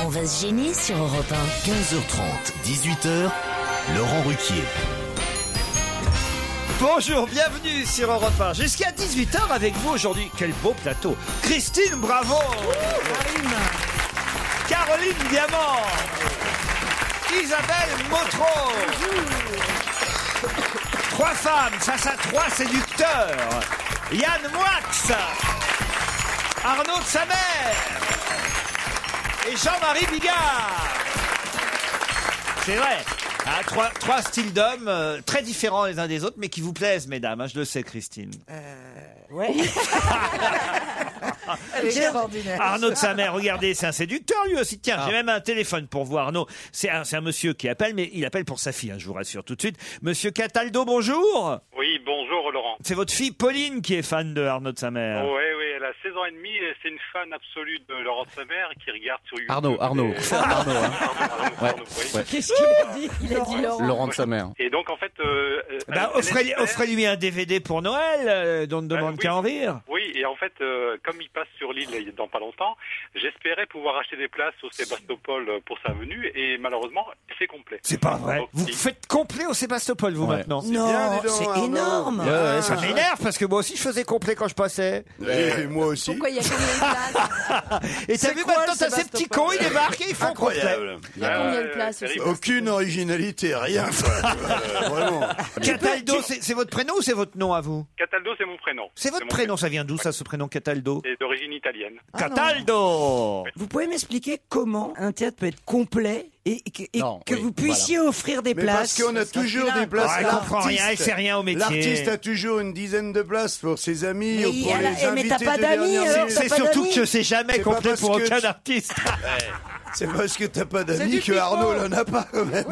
On va se gêner sur Europe 1. 15h30, 18h, Laurent Ruquier. Bonjour, bienvenue sur Europe 1. Jusqu'à 18h avec vous aujourd'hui. Quel beau plateau. Christine Bravo. Caroline Diamant. Isabelle Motro. Trois femmes face à trois séducteurs. Yann Moix. Arnaud de sa et Jean-Marie Bigard. C'est vrai. Ah, trois, trois styles d'hommes euh, très différents les uns des autres, mais qui vous plaisent, mesdames. hein, je le sais, Christine. Arnaud de sa mère, regardez, c'est un séducteur lui aussi. Tiens, j'ai même un téléphone pour vous, Arnaud. C'est un, c'est un monsieur qui appelle, mais il appelle pour sa fille, hein, je vous rassure tout de suite. Monsieur Cataldo, bonjour. Oui, bonjour Laurent. C'est votre fille Pauline qui est fan de Arnaud de sa mère. Oui, oui, elle a 16 ans et demi et c'est une fan absolue de Laurent Samer qui regarde sur YouTube. Arnaud, Arnaud. Et- Arnaud, hein. Arnaud, Arnaud, Ouais, Arnaud, oui. ouais. Qu'est-ce qu'il a dit Il a dit Laurent. Laurent de sa mère. Et donc en fait... euh, euh, Bah, elle offrez-lui, espère- offrez-lui un DVD pour Noël, euh, dont ne demande oui. qu'à en rire. Oui, et en fait, euh, comme il passe sur l'île il y a dans pas longtemps, j'espérais pouvoir acheter des places au Sébastopol euh, pour sa venue et malheureusement, c'est complet. C'est pas vrai. Donc, Vous il- faites complet au Sébastopol, vous, Ouais. maintenant Non, c'est énorme. Ouais, ouais, ça Ça fait- m'énerve parce que moi aussi je faisais complet quand je passais. Et moi aussi. Pourquoi il y a combien de places Et t'as vu maintenant t'as ces petits cons, ils débarquent et ils font complet. Incroyable. Il y a combien de Euh, places au terrible. Aucune originalité, rien. quoi. Euh, vraiment. Cataldo, c'est c'est votre prénom ou c'est votre nom à vous Cataldo, c'est mon prénom. C'est votre mon prénom, ça vient d'où ça, ce prénom Cataldo C'est Ah. d'origine italienne. Ah, Cataldo Vous pouvez m'expliquer comment un théâtre peut être complet et que, et Non, que oui, vous puissiez offrir des Mais places parce qu'on a toujours des places. Ah, elle comprend L'artiste- rien, elle sait rien au métier. L'artiste a toujours une dizaine de places pour ses amis Mais ou il y pour a les la- eh, mais invités t'as pas de d'amis, dernière alors, minute. t'as C'est pas surtout d'amis. que je sais jamais C'est pas complet parce pour que aucun tu- artiste. C'est parce que t'as pas C'est du d'amis que pipeau. Arnaud n'en a pas quand même.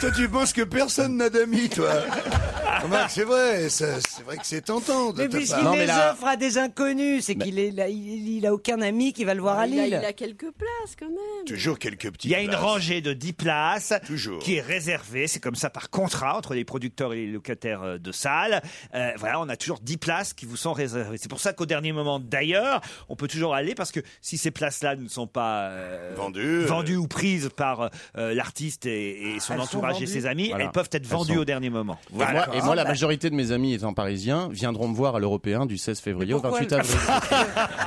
toi, tu penses que personne n'a d'amis, toi. Remarque, c'est vrai, ça- c'est vrai que c'est tentant de Mais ta puisqu'il part. mais les là- offre à des inconnus, c'est qu'il est là- il, il a aucun ami qui va le voir à Ah, Il a, il Lille. a quelques places quand même. Toujours quelques petits. Il y a une rangée de 10 places Toujours. qui est réservée, c'est comme ça par contrat entre les producteurs et les locataires euh, de salles. Euh, voilà, on a toujours 10 places qui vous sont réservées. C'est pour ça qu'au dernier moment d'ailleurs, on peut toujours aller parce que si ces places-là ne sont pas euh, Vendues. vendues ou prises par euh, l'artiste et, Ah, et son Elles sont entourage et vendues. ses amis, Voilà. elles peuvent être Elles vendues sont- au dernier moment. Et moi- Et moi, la Bah. majorité de mes amis étant parisiens viendront me voir à l'européen du 16 février au 28 avril.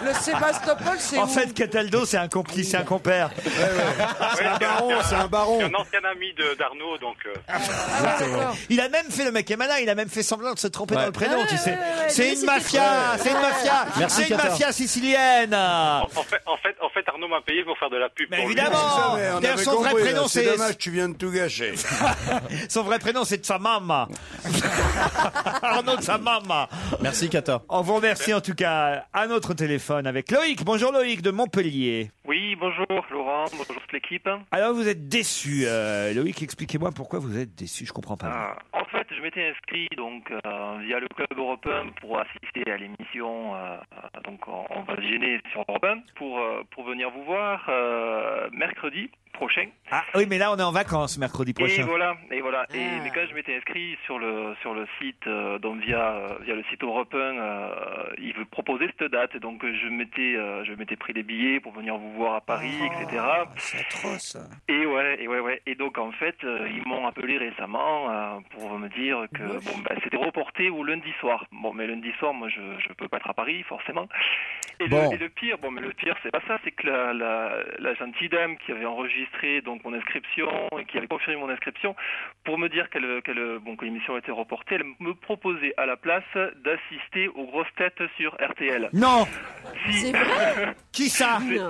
Le Sébastopol, c'est En fait, Cataldo, c'est un complice, c'est un compère. Ouais, un baron, c'est un C'est baron. un ancien ami de- d'Arnaud, donc... euh, Ah, Il a même fait le mec est malin, il a même fait semblant de se tromper Ouais. dans le prénom, tu sais. c'est mais une c'était- mafia, c'est une mafia, Merci, c'est une Qatar. mafia sicilienne. En, en fait, en, fait, en fait, Arnaud m'a payé pour faire de la pub. Mais pour lui. évidemment. Ça, Ah, mais on D'ailleurs, avait son vrai compris, prénom, là. c'est c'est- dommage, tu viens de tout gâcher. Son vrai prénom, c'est de sa maman. Arnaud de sa maman. Merci, Kata. On vous remercie en tout cas à notre téléphone avec Loïc. Bonjour Loïc de Montpellier. Oui, bonjour Laurent, bonjour toute l'équipe. Alors vous êtes déçu, euh, Loïc. Expliquez-moi pourquoi vous êtes déçu. Je comprends pas. Ah, en fait, je m'étais inscrit donc euh, via le club européen pour assister à l'émission. euh, euh, donc on, on va se gêner sur Europe 1 pour euh, pour venir vous voir euh, mercredi prochain. Ah oui, mais là, on est en vacances mercredi Et prochain. voilà, et voilà. Et Ah. mais quand je m'étais inscrit sur le sur le site euh, donc via euh, via le site Europe 1, euh, il veut proposer cette date. Donc euh, je m'étais euh, je m'étais pris des billets pour venir vous voir à Paris, etc. Oh, C'est atroce. Et ouais, et ouais, ouais. Et donc en fait, euh, ils m'ont appelé récemment euh, pour me dire que bon, bah, c'était reporté au lundi soir. Bon, mais lundi soir, moi, je je peux pas être à Paris, forcément. Et, Bon. le, et le pire, bon, mais le pire, c'est pas ça, c'est que la, la, la gentille dame qui avait enregistré donc mon inscription et qui avait confirmé mon inscription pour me dire qu'elle, qu'elle, bon, que l'émission était reportée, elle me proposait à la place d'assister aux grosses têtes sur RTL. Non Si. C'est vrai Qui ça Non.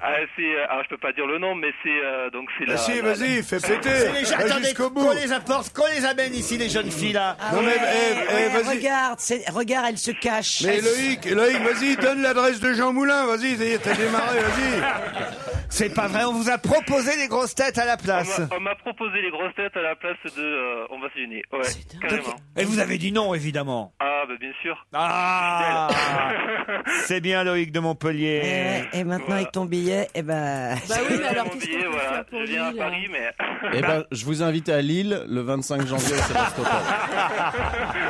Ah, c'est, euh, alors je peux pas dire le nom, mais c'est euh, donc c'est Bah la. Ah, si, la- vas-y, fais C'est péter. les- Va Attendez, jusqu'au qu'on bout. les apporte, qu'on les amène ici, les jeunes filles, là. Non, mais, eh, eh, vas-y. regarde, c'est- regarde, elle se cache. Mais Elle- Loïc, Loïc, vas-y, donne l'adresse de Jean Moulin, vas-y, ça y est, t'as démarré, vas-y. C'est pas vrai, on vous a proposé des grosses têtes à la On place. m'a- On m'a proposé les grosses têtes à la place de euh, On va se gêner. Ouais, carrément. Et vous avez dit non, évidemment. Ah, bah bien sûr. Ah C'est bien Loïc de Eh Montpellier. ouais, Et, maintenant, Voilà. avec ton billet, eh ben. Bah oui, mais alors Mon qu'est-ce billet, qu'on peut voilà. faire pour Je lui viens à là Paris, mais. Eh ben, je vous invite à Lille le 25 janvier à Sébastopol.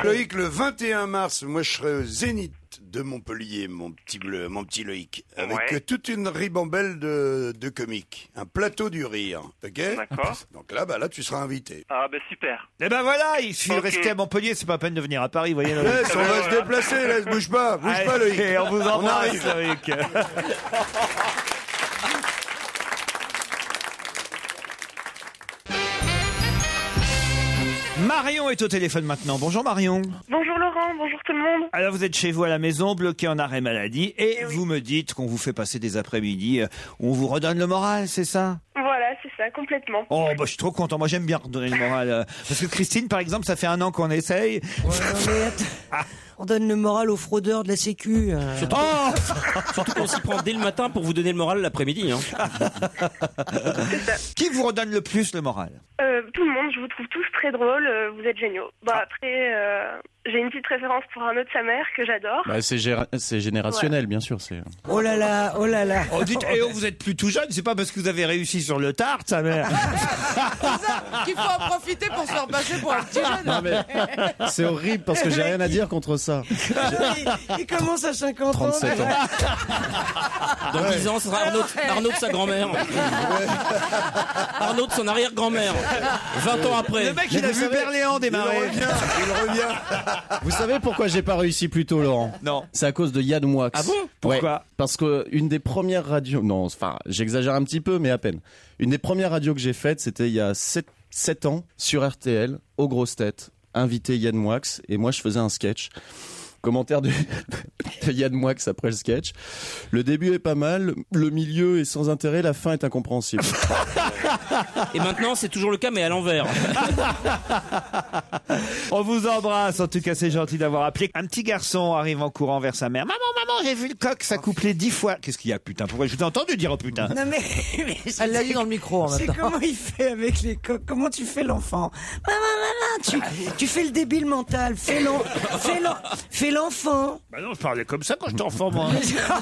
Loïc, le 21 mars, moi je serai au Zénith de Montpellier, mon petit bleu, mon petit Loïc, avec Ouais. euh, toute une ribambelle de, de comiques, un plateau du rire, ok D'accord. Donc là, bah là, tu seras invité. Ah, bah super. Eh ben voilà, il suffit de Ok. rester à Montpellier, c'est pas la peine de venir à Paris, vous voyez. Loïc. Laisse, Eh, on va se déplacer, laisse, bouge pas, bouge pas Loïc. Allez, on vous arrive. embrasse, Loïc. Marion est au téléphone maintenant. Bonjour Marion. Bonjour Laurent, bonjour tout le monde. Alors vous êtes chez vous à la maison, bloqué en arrêt maladie, et vous me dites qu'on vous fait passer des après-midi euh, où on vous redonne le moral, c'est ça Voilà, c'est ça, complètement. Oh, bah je suis trop content. Moi j'aime bien redonner le moral. euh, Parce que Christine, par exemple, ça fait un an qu'on essaye. Ah. Ouais, non, mais att- On donne le moral aux fraudeurs de la Sécu. euh. Oh Surtout qu'on s'y prend dès le matin pour vous donner le moral l'après-midi. Hein. Qui vous redonne le plus le moral Euh, tout le monde, je vous trouve tous très drôles, euh, vous êtes géniaux. Bah après, euh, j'ai une petite référence pour un autre sa mère que j'adore. Bah, c'est géra- c'est générationnel, bien sûr. C'est euh. Oh là là, oh là là. Oh, dites, eh oh, vous êtes plus tout jeune, c'est pas parce que vous avez réussi sur le tard, sa mère. Qu'il faut en profiter pour se faire passer pour un petit jeune. Non, mais c'est horrible parce que j'ai rien à dire contre ça. Il, il commence à 50 ans. 37 ans. Dans 10 ans, ce sera Arnaud, Arnaud de sa grand-mère. Arnaud de son arrière-grand-mère. 20 ans après. Le mec, il a vu Berléand Il démarrer. revient, il revient. Vous savez pourquoi j'ai pas réussi plus tôt, Laurent Non. C'est à cause de Yann Moix. Ah bon Pourquoi Ouais, Parce que une des premières radios, non, enfin, j'exagère un petit peu, mais à peine. Une des premières radios que j'ai faites, c'était il y a 7, ans sur RTL, aux grosses têtes, invité Yann Moix, et moi je faisais un sketch. Commentaire de, de Yann Moix après le sketch. Le début est pas mal, le milieu est sans intérêt, la fin est incompréhensible. Et maintenant, c'est toujours le cas, mais à l'envers. On vous embrasse, en tout cas, c'est gentil d'avoir appelé. Un petit garçon arrive en courant vers sa mère. Maman, maman, j'ai vu le coq s'accoupler dix fois. Qu'est-ce qu'il y a, putain Pourquoi je vous ai entendu dire, oh putain Non mais, mais c'est- Elle l'a dit dans le micro en même C'est temps. comment il fait avec les coques Comment tu fais l'enfant Maman, maman, tu, tu fais le débile mental. Fais l'en- fais l'en- fais l'enfant. Bah non, je parlais comme ça quand j'étais enfant, moi. Et ils vous ont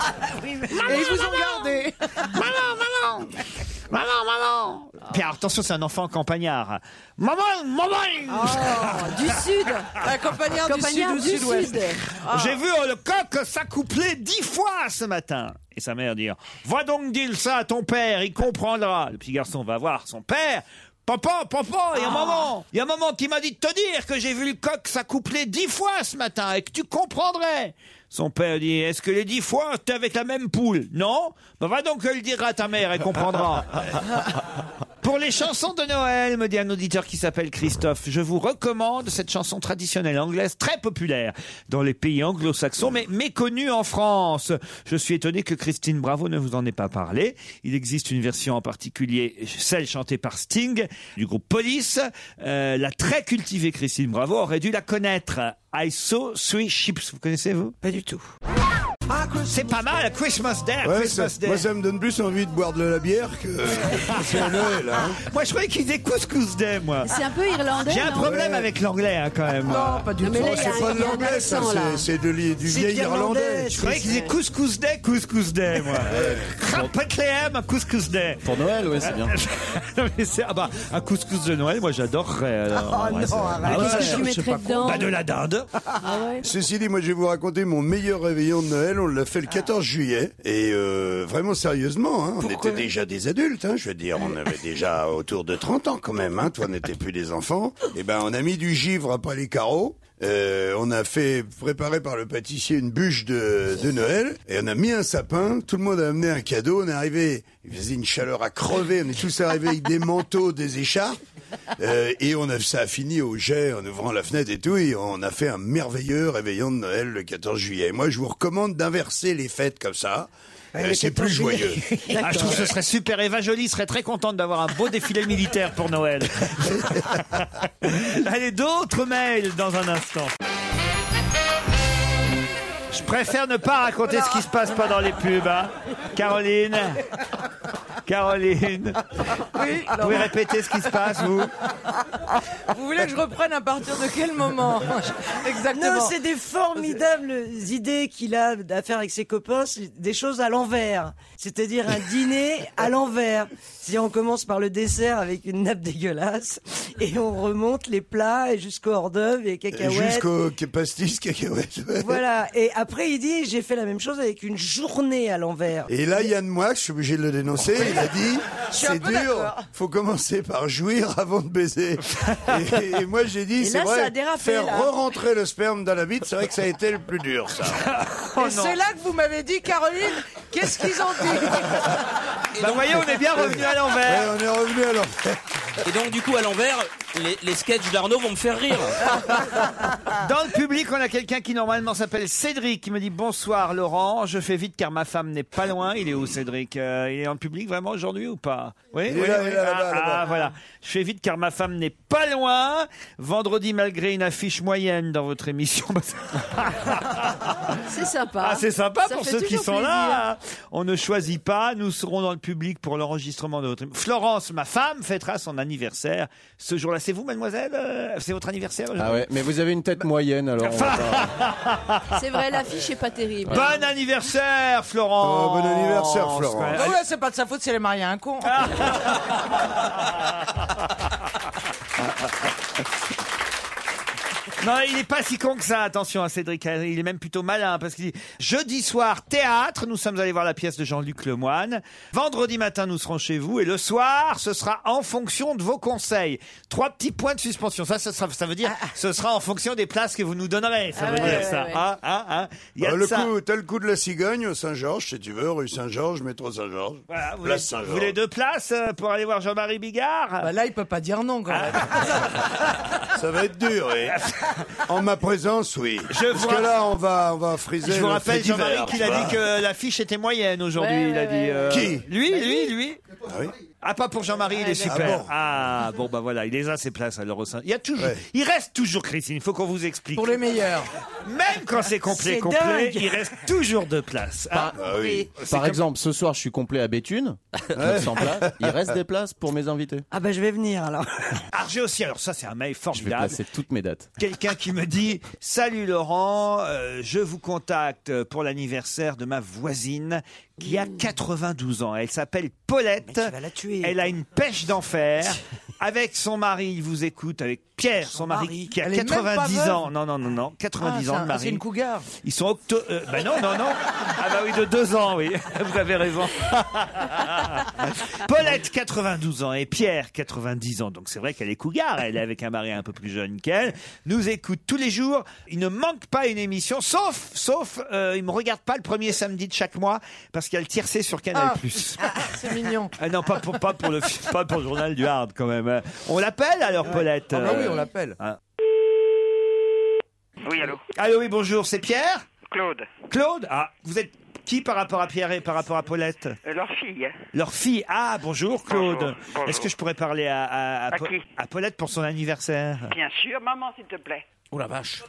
Ah, gardé. Maman, maman Maman, maman Puis alors, attention, c'est un enfant campagnard. Maman, maman Oh, du sud. La campagnard, du sud ou sud-ouest. Ah. J'ai vu euh, le coq s'accoupler dix fois ce matin. Et sa mère dire Va donc dire ça à ton père, il comprendra. Le petit garçon va voir son père. Papa, papa, il y a un Ah. maman, il y a maman qui m'a dit de te dire que j'ai vu le coq s'accoupler dix fois ce matin et que tu comprendrais. Son père dit, est-ce que les dix fois, t'es avec la même poule? Non? Bah, va donc le dire à ta mère, elle comprendra. Pour les chansons de Noël, me dit un auditeur qui s'appelle Christophe, je vous recommande cette chanson traditionnelle anglaise très populaire dans les pays anglo-saxons, mais méconnue en France. Je suis étonné que Christine Bravo ne vous en ait pas parlé. Il existe une version en particulier, celle chantée par Sting du groupe Police. Euh, la très cultivée Christine Bravo aurait dû la connaître. I saw three ships. Vous connaissez vous Pas du tout. C'est pas mal, A Christmas Day, A Ouais, Christmas ça- Day. moi, ça me donne plus envie de boire de la bière que c'est Noël. Hein. Euh, Moi, je croyais qu'ils disaient couscous day, moi. C'est un peu irlandais. J'ai un non problème avec l'anglais, hein, quand même. Non, pas du Non, mais tout. là, il y a- C'est pas il de y a un l'anglais, ça, accent, là. c'est- c'est de l'i- du C'est vieil de l'irlandais, irlandais. Je croyais qu'ils disaient couscous day, couscous day, moi. Crampette les M, couscous day. Pour Noël, oui, c'est bien. non, mais c'est, ah bah, un couscous de Noël, moi j'adorerais. alors. Oh Ouais, non, c'est- arrête. Ah ouais, Qu'est-ce que tu je sais mettrais pas quoi. dedans Bah, de la dinde. Ceci dit, moi je vais vous raconter mon meilleur réveillon de Noël. On l'a fait le 14 juillet. Et euh, vraiment sérieusement, hein, on était déjà des adultes. Hein, je veux dire, on avait déjà autour de 30 ans quand même. Hein, toi, on n'était plus des enfants. Et ben, on a mis du givre après les carreaux. Euh, on a fait préparer par le pâtissier une bûche de, de Noël et on a mis un sapin. Tout le monde a amené un cadeau. On est arrivé, il faisait une chaleur à crever. On est tous arrivés avec des manteaux, des écharpes. Euh, et on a, ça a fini au jet en ouvrant la fenêtre et tout. Et on a fait un merveilleux réveillon de Noël le 14 juillet. Moi, je vous recommande d'inverser les fêtes comme ça. Ouais, Euh, le c'est 14 plus joyeux. Ah, je trouve que ce serait super. Eva Jolie serait très contente d'avoir un beau défilé militaire pour Noël. Allez, d'autres mails dans un instant. Je préfère ne pas raconter ce qui se passe pendant les pubs. hein. Caroline Caroline Oui, Vous pouvez répéter ce qui se passe, vous Vous voulez que je reprenne à partir de quel moment Exactement. Non, c'est des formidables idées qu'il a à faire avec ses copains, c'est des choses à l'envers. C'est-à-dire un dîner à l'envers. Si on commence par le dessert avec une nappe dégueulasse et on remonte les plats et jusqu'au hors d'œuvre et Euh, cacahuètes. Jusqu'au ca- pastis cacahuète. Voilà. Et après, il dit, j'ai fait la même chose avec une journée à l'envers. Et là, Yann Moix, je suis obligé de le dénoncer, il a dit Je suis un c'est peu dur, d'accord. faut commencer par jouir avant de baiser. Et, et moi, j'ai dit Et c'est là, ça a vrai, dérapé, faire là. re-rentrer le sperme dans la bite, c'est vrai que ça a été le plus dur, ça. Oh Et c'est là que vous m'avez dit, Caroline, qu'est-ce qu'ils ont dit Bah, voyez, on est bien revenu à l'envers. on est revenu à l'envers. Et donc, du coup, à l'envers, les, les sketchs d'Arnaud vont me faire rire. Dans le public, on a quelqu'un qui normalement s'appelle Cédric qui me dit bonsoir Laurent, je fais vite car ma femme n'est pas loin. Il est où Cédric Euh, Il est en public vraiment aujourd'hui ou pas Oui, Il est oui, là, oui. il est là, Ah, là-bas, ah, là-bas. voilà. Je fais vite car ma femme n'est pas loin. Vendredi, malgré une affiche moyenne dans votre émission. bah, ça- C'est sympa. Ah, c'est sympa Ça pour fait ceux qui toujours sont plaisir. là. hein. On ne choisit pas. Nous serons dans le public pour l'enregistrement de votre. Florence, ma femme, fêtera son anniversaire ce jour-là. C'est vous, mademoiselle Euh, C'est votre anniversaire Ah ouais, mais vous avez une Bah, tête moyenne alors. on va pas- C'est vrai, l'affiche est pas terrible. Bon anniversaire, Florent Oh, Oh, bon anniversaire, Florent. Ouais, Non, là, c'est pas de sa faute si elle est mariée à un con. Ah. Euh, Non, il n'est pas si con que ça, attention à Cédric. Euh, Il est même plutôt malin parce qu'il dit jeudi soir, théâtre, nous sommes allés voir la pièce de Jean-Luc Lemoine. Vendredi matin, nous serons chez vous et le soir, ce sera en fonction de vos conseils. Trois petits points de suspension. Ça, ça, sera- ça veut Ah, dire ce sera en fonction des places que vous nous donnerez. Ça Ah veut ouais, dire ouais, ça. ouais. Hein, hein, hein. Il y a Ah, de le ça. coup, t'as le coup de la cigogne au Saint-Georges, si tu veux, rue Saint-Georges, métro Saint-Georges. Voilà, place vous, voulez, vous Saint-Georges. voulez deux places euh, pour aller voir Jean-Marie Bigard Ah. Bah là, il peut pas dire non, quand même. Ça va être dur, oui. En ma présence, oui. Je Parce vois- que là, on va, on va friser. Je vous le rappelle, fait divers, Jean-Marie, qu'il a voilà. dit que l'affiche était moyenne aujourd'hui. Ouais, il a ouais, dit. ouais, euh, Qui Lui, lui, lui. Ah oui Ah, pas pour Jean-Marie, il est d'accord. super. Ah bon Ah bon, bah voilà, il les a ses places à l'Eurosaint. Il y a toujours, Ouais. il reste toujours Christine. Il faut qu'on vous explique. Pour les meilleurs. Même quand c'est complet, C'est complet, dingue. il reste toujours deux places. Ah, Ah oui. Par exemple, ce soir, je suis complet à Béthune, 900 places. Il reste des places pour mes invités. Ah bah, je vais venir, alors. Argé aussi. Alors ça, c'est un mail Je vais formidable. placer toutes mes dates. Quelqu'un qui me dit Salut Laurent, euh, je vous contacte pour l'anniversaire de ma voisine qui a Mmh. 92 ans. Elle s'appelle Paulette. Mais tu vas la tuer. Elle a une pêche d'enfer. Avec son mari, il vous écoute. Avec Pierre, son, mari, mari. qui a Elle est même pas 90 veuve. ans. Non, non, non, non. 90 ans de Ah, c'est un- mari. C'est une cougar. Ils sont octo. euh, bah non, non, non. Ah bah oui, de deux ans, oui. Vous avez raison. Paulette, 92 ans, et Pierre, 90 ans. Donc c'est vrai qu'elle est cougar. Elle est avec un mari un peu plus jeune qu'elle. Nous écoute tous les jours. Il ne manque pas une émission, sauf, sauf, euh, il me regarde pas le premier samedi de chaque mois parce qu'il y a le tiercé sur Canal+. C'est mignon. Ah non, pas pour, pas pour le, pas pour le journal du Hard quand même. Euh, On l'appelle alors, Paulette. Ah bah oui, euh, on l'appelle. hein. Oui, allô Allô, oui, bonjour. C'est Pierre. Claude, Claude, ah, vous êtes qui par rapport à Pierre et par rapport à Paulette euh, leur fille. Leur fille. Ah, bonjour Claude. Bonjour, bonjour. Est-ce que je pourrais parler à, à- à À Pa- qui à Paulette pour son anniversaire Bien sûr, maman, s'il te plaît. Oh la vache.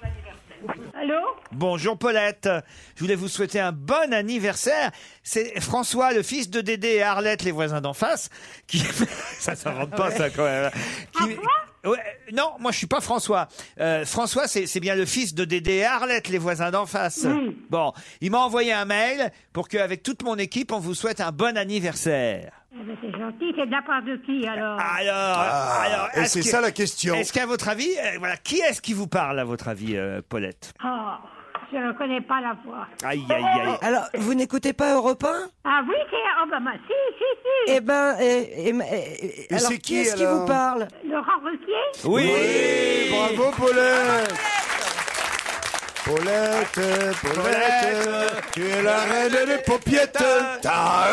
Allô Bonjour Paulette, je voulais vous souhaiter un bon anniversaire. C'est François, le fils de Dédé et Arlette, les voisins d'en face, qui... ça s'invente pas Ouais. ça quand même. Qui- Ouais, euh, non, moi je suis pas François. Euh, François, c'est c'est bien le fils de Dédé et Arlette, les voisins d'en face. Bon, il m'a envoyé un mail pour qu'avec toute mon équipe, on vous souhaite un bon anniversaire. Eh ben, C'est gentil, c'est de la part de qui alors Alors, alors, Ah, et est-ce c'est que- ça la question. Est-ce qu'à votre avis, euh, voilà, qui est-ce qui vous parle à votre avis, euh, Paulette Oh, je ne connais pas la voix. Aïe, aïe, aïe. Alors, vous n'écoutez pas Europe 1 Ah oui, c'est. Ah bah, bah, si, si, si. Eh ben, eh, eh, eh, eh, Mais alors, c'est qui, qui est-ce qui alors vous parle Laurent Ruquier Oui, Bravo Paulette Paulette, Paulette, tu es la reine des paupiettes Ta-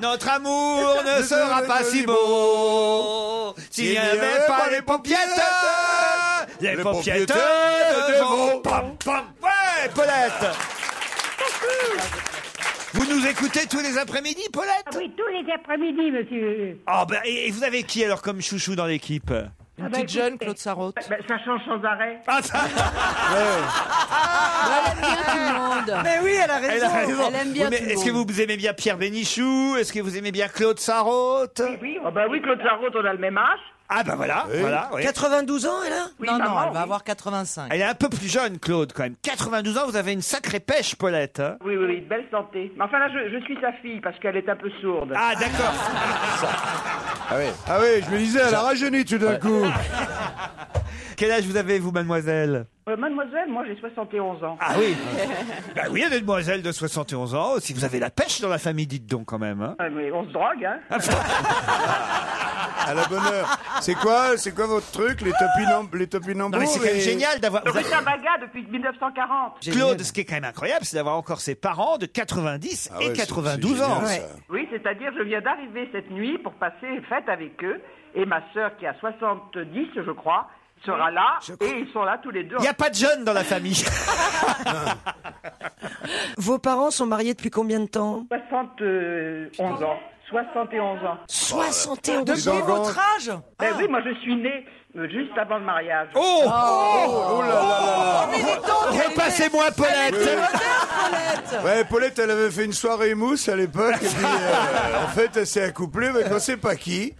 Notre amour ne sera pas si beau s'il n'y avait pas les paupiètes. Les paupiètes de vos pam pam. Ouais, Paulette. Vous nous écoutez tous les après-midi, Paulette Ah oui, tous les après-midi, monsieur. Ah ben, et et vous avez qui alors comme chouchou dans l'équipe Une petite jeune, Claude Sarraute. Bah, ça change sans arrêt. Ah, ça... Elle aime bien tout le monde. Mais oui, elle a raison. Elle a raison. Elle aime bien Oui, mais tout le Est-ce que monde. vous aimez bien Pierre Bénichou Est-ce que vous aimez bien Claude Sarraute Oui, ah bah oui, Claude Sarraute, on a le même âge. Ah ben voilà, voilà. oui. 92 ans, hein. elle a Oui, Non, maman, non, elle va oui. avoir 85. Elle est un peu plus jeune, Claude, quand même. 92 ans, vous avez une sacrée pêche, Paulette. hein Oui, oui, oui, belle santé. Mais enfin là, je, je suis sa fille parce qu'elle est un peu sourde. Ah, d'accord. Ah oui. Ah oui, je me disais, elle a rajeuni tout d'un coup. Quel âge vous avez, vous, mademoiselle Euh, mademoiselle, moi j'ai 71 ans. Ah oui. Bah oui, une mademoiselle de 71 ans. Si vous avez la pêche dans la famille, dites donc quand même. hein. Ah, mais on se drogue, hein À la bonne heure. C'est quoi, c'est quoi votre truc, les topinamb- les topinambours Non, mais c'est quand même Oh, les- génial d'avoir. vous Rue avez- Tabaga depuis 1940. Claude, ce qui est quand même incroyable, c'est d'avoir encore ses parents de 90 Ah ouais, et c'est- 92 c'est génial, ans. ça. Oui, c'est-à-dire je viens d'arriver cette nuit pour passer fête avec eux et ma sœur qui a 70, je crois, sera là et ils sont là tous les deux. Il n'y a pas de jeunes dans la famille. Vos parents sont mariés depuis combien de temps 71 ans. 71 ans. 71 Depuis Dis donc, votre hein. âge Ben oui, moi je suis né euh, juste avant le mariage. Ah. Oh Oh là là là là. Repassez-moi, Paulette. Ouais, Paulette, elle avait fait une soirée mousse à l'époque, et puis euh, en fait, elle s'est accouplée, mais on sait pas qui.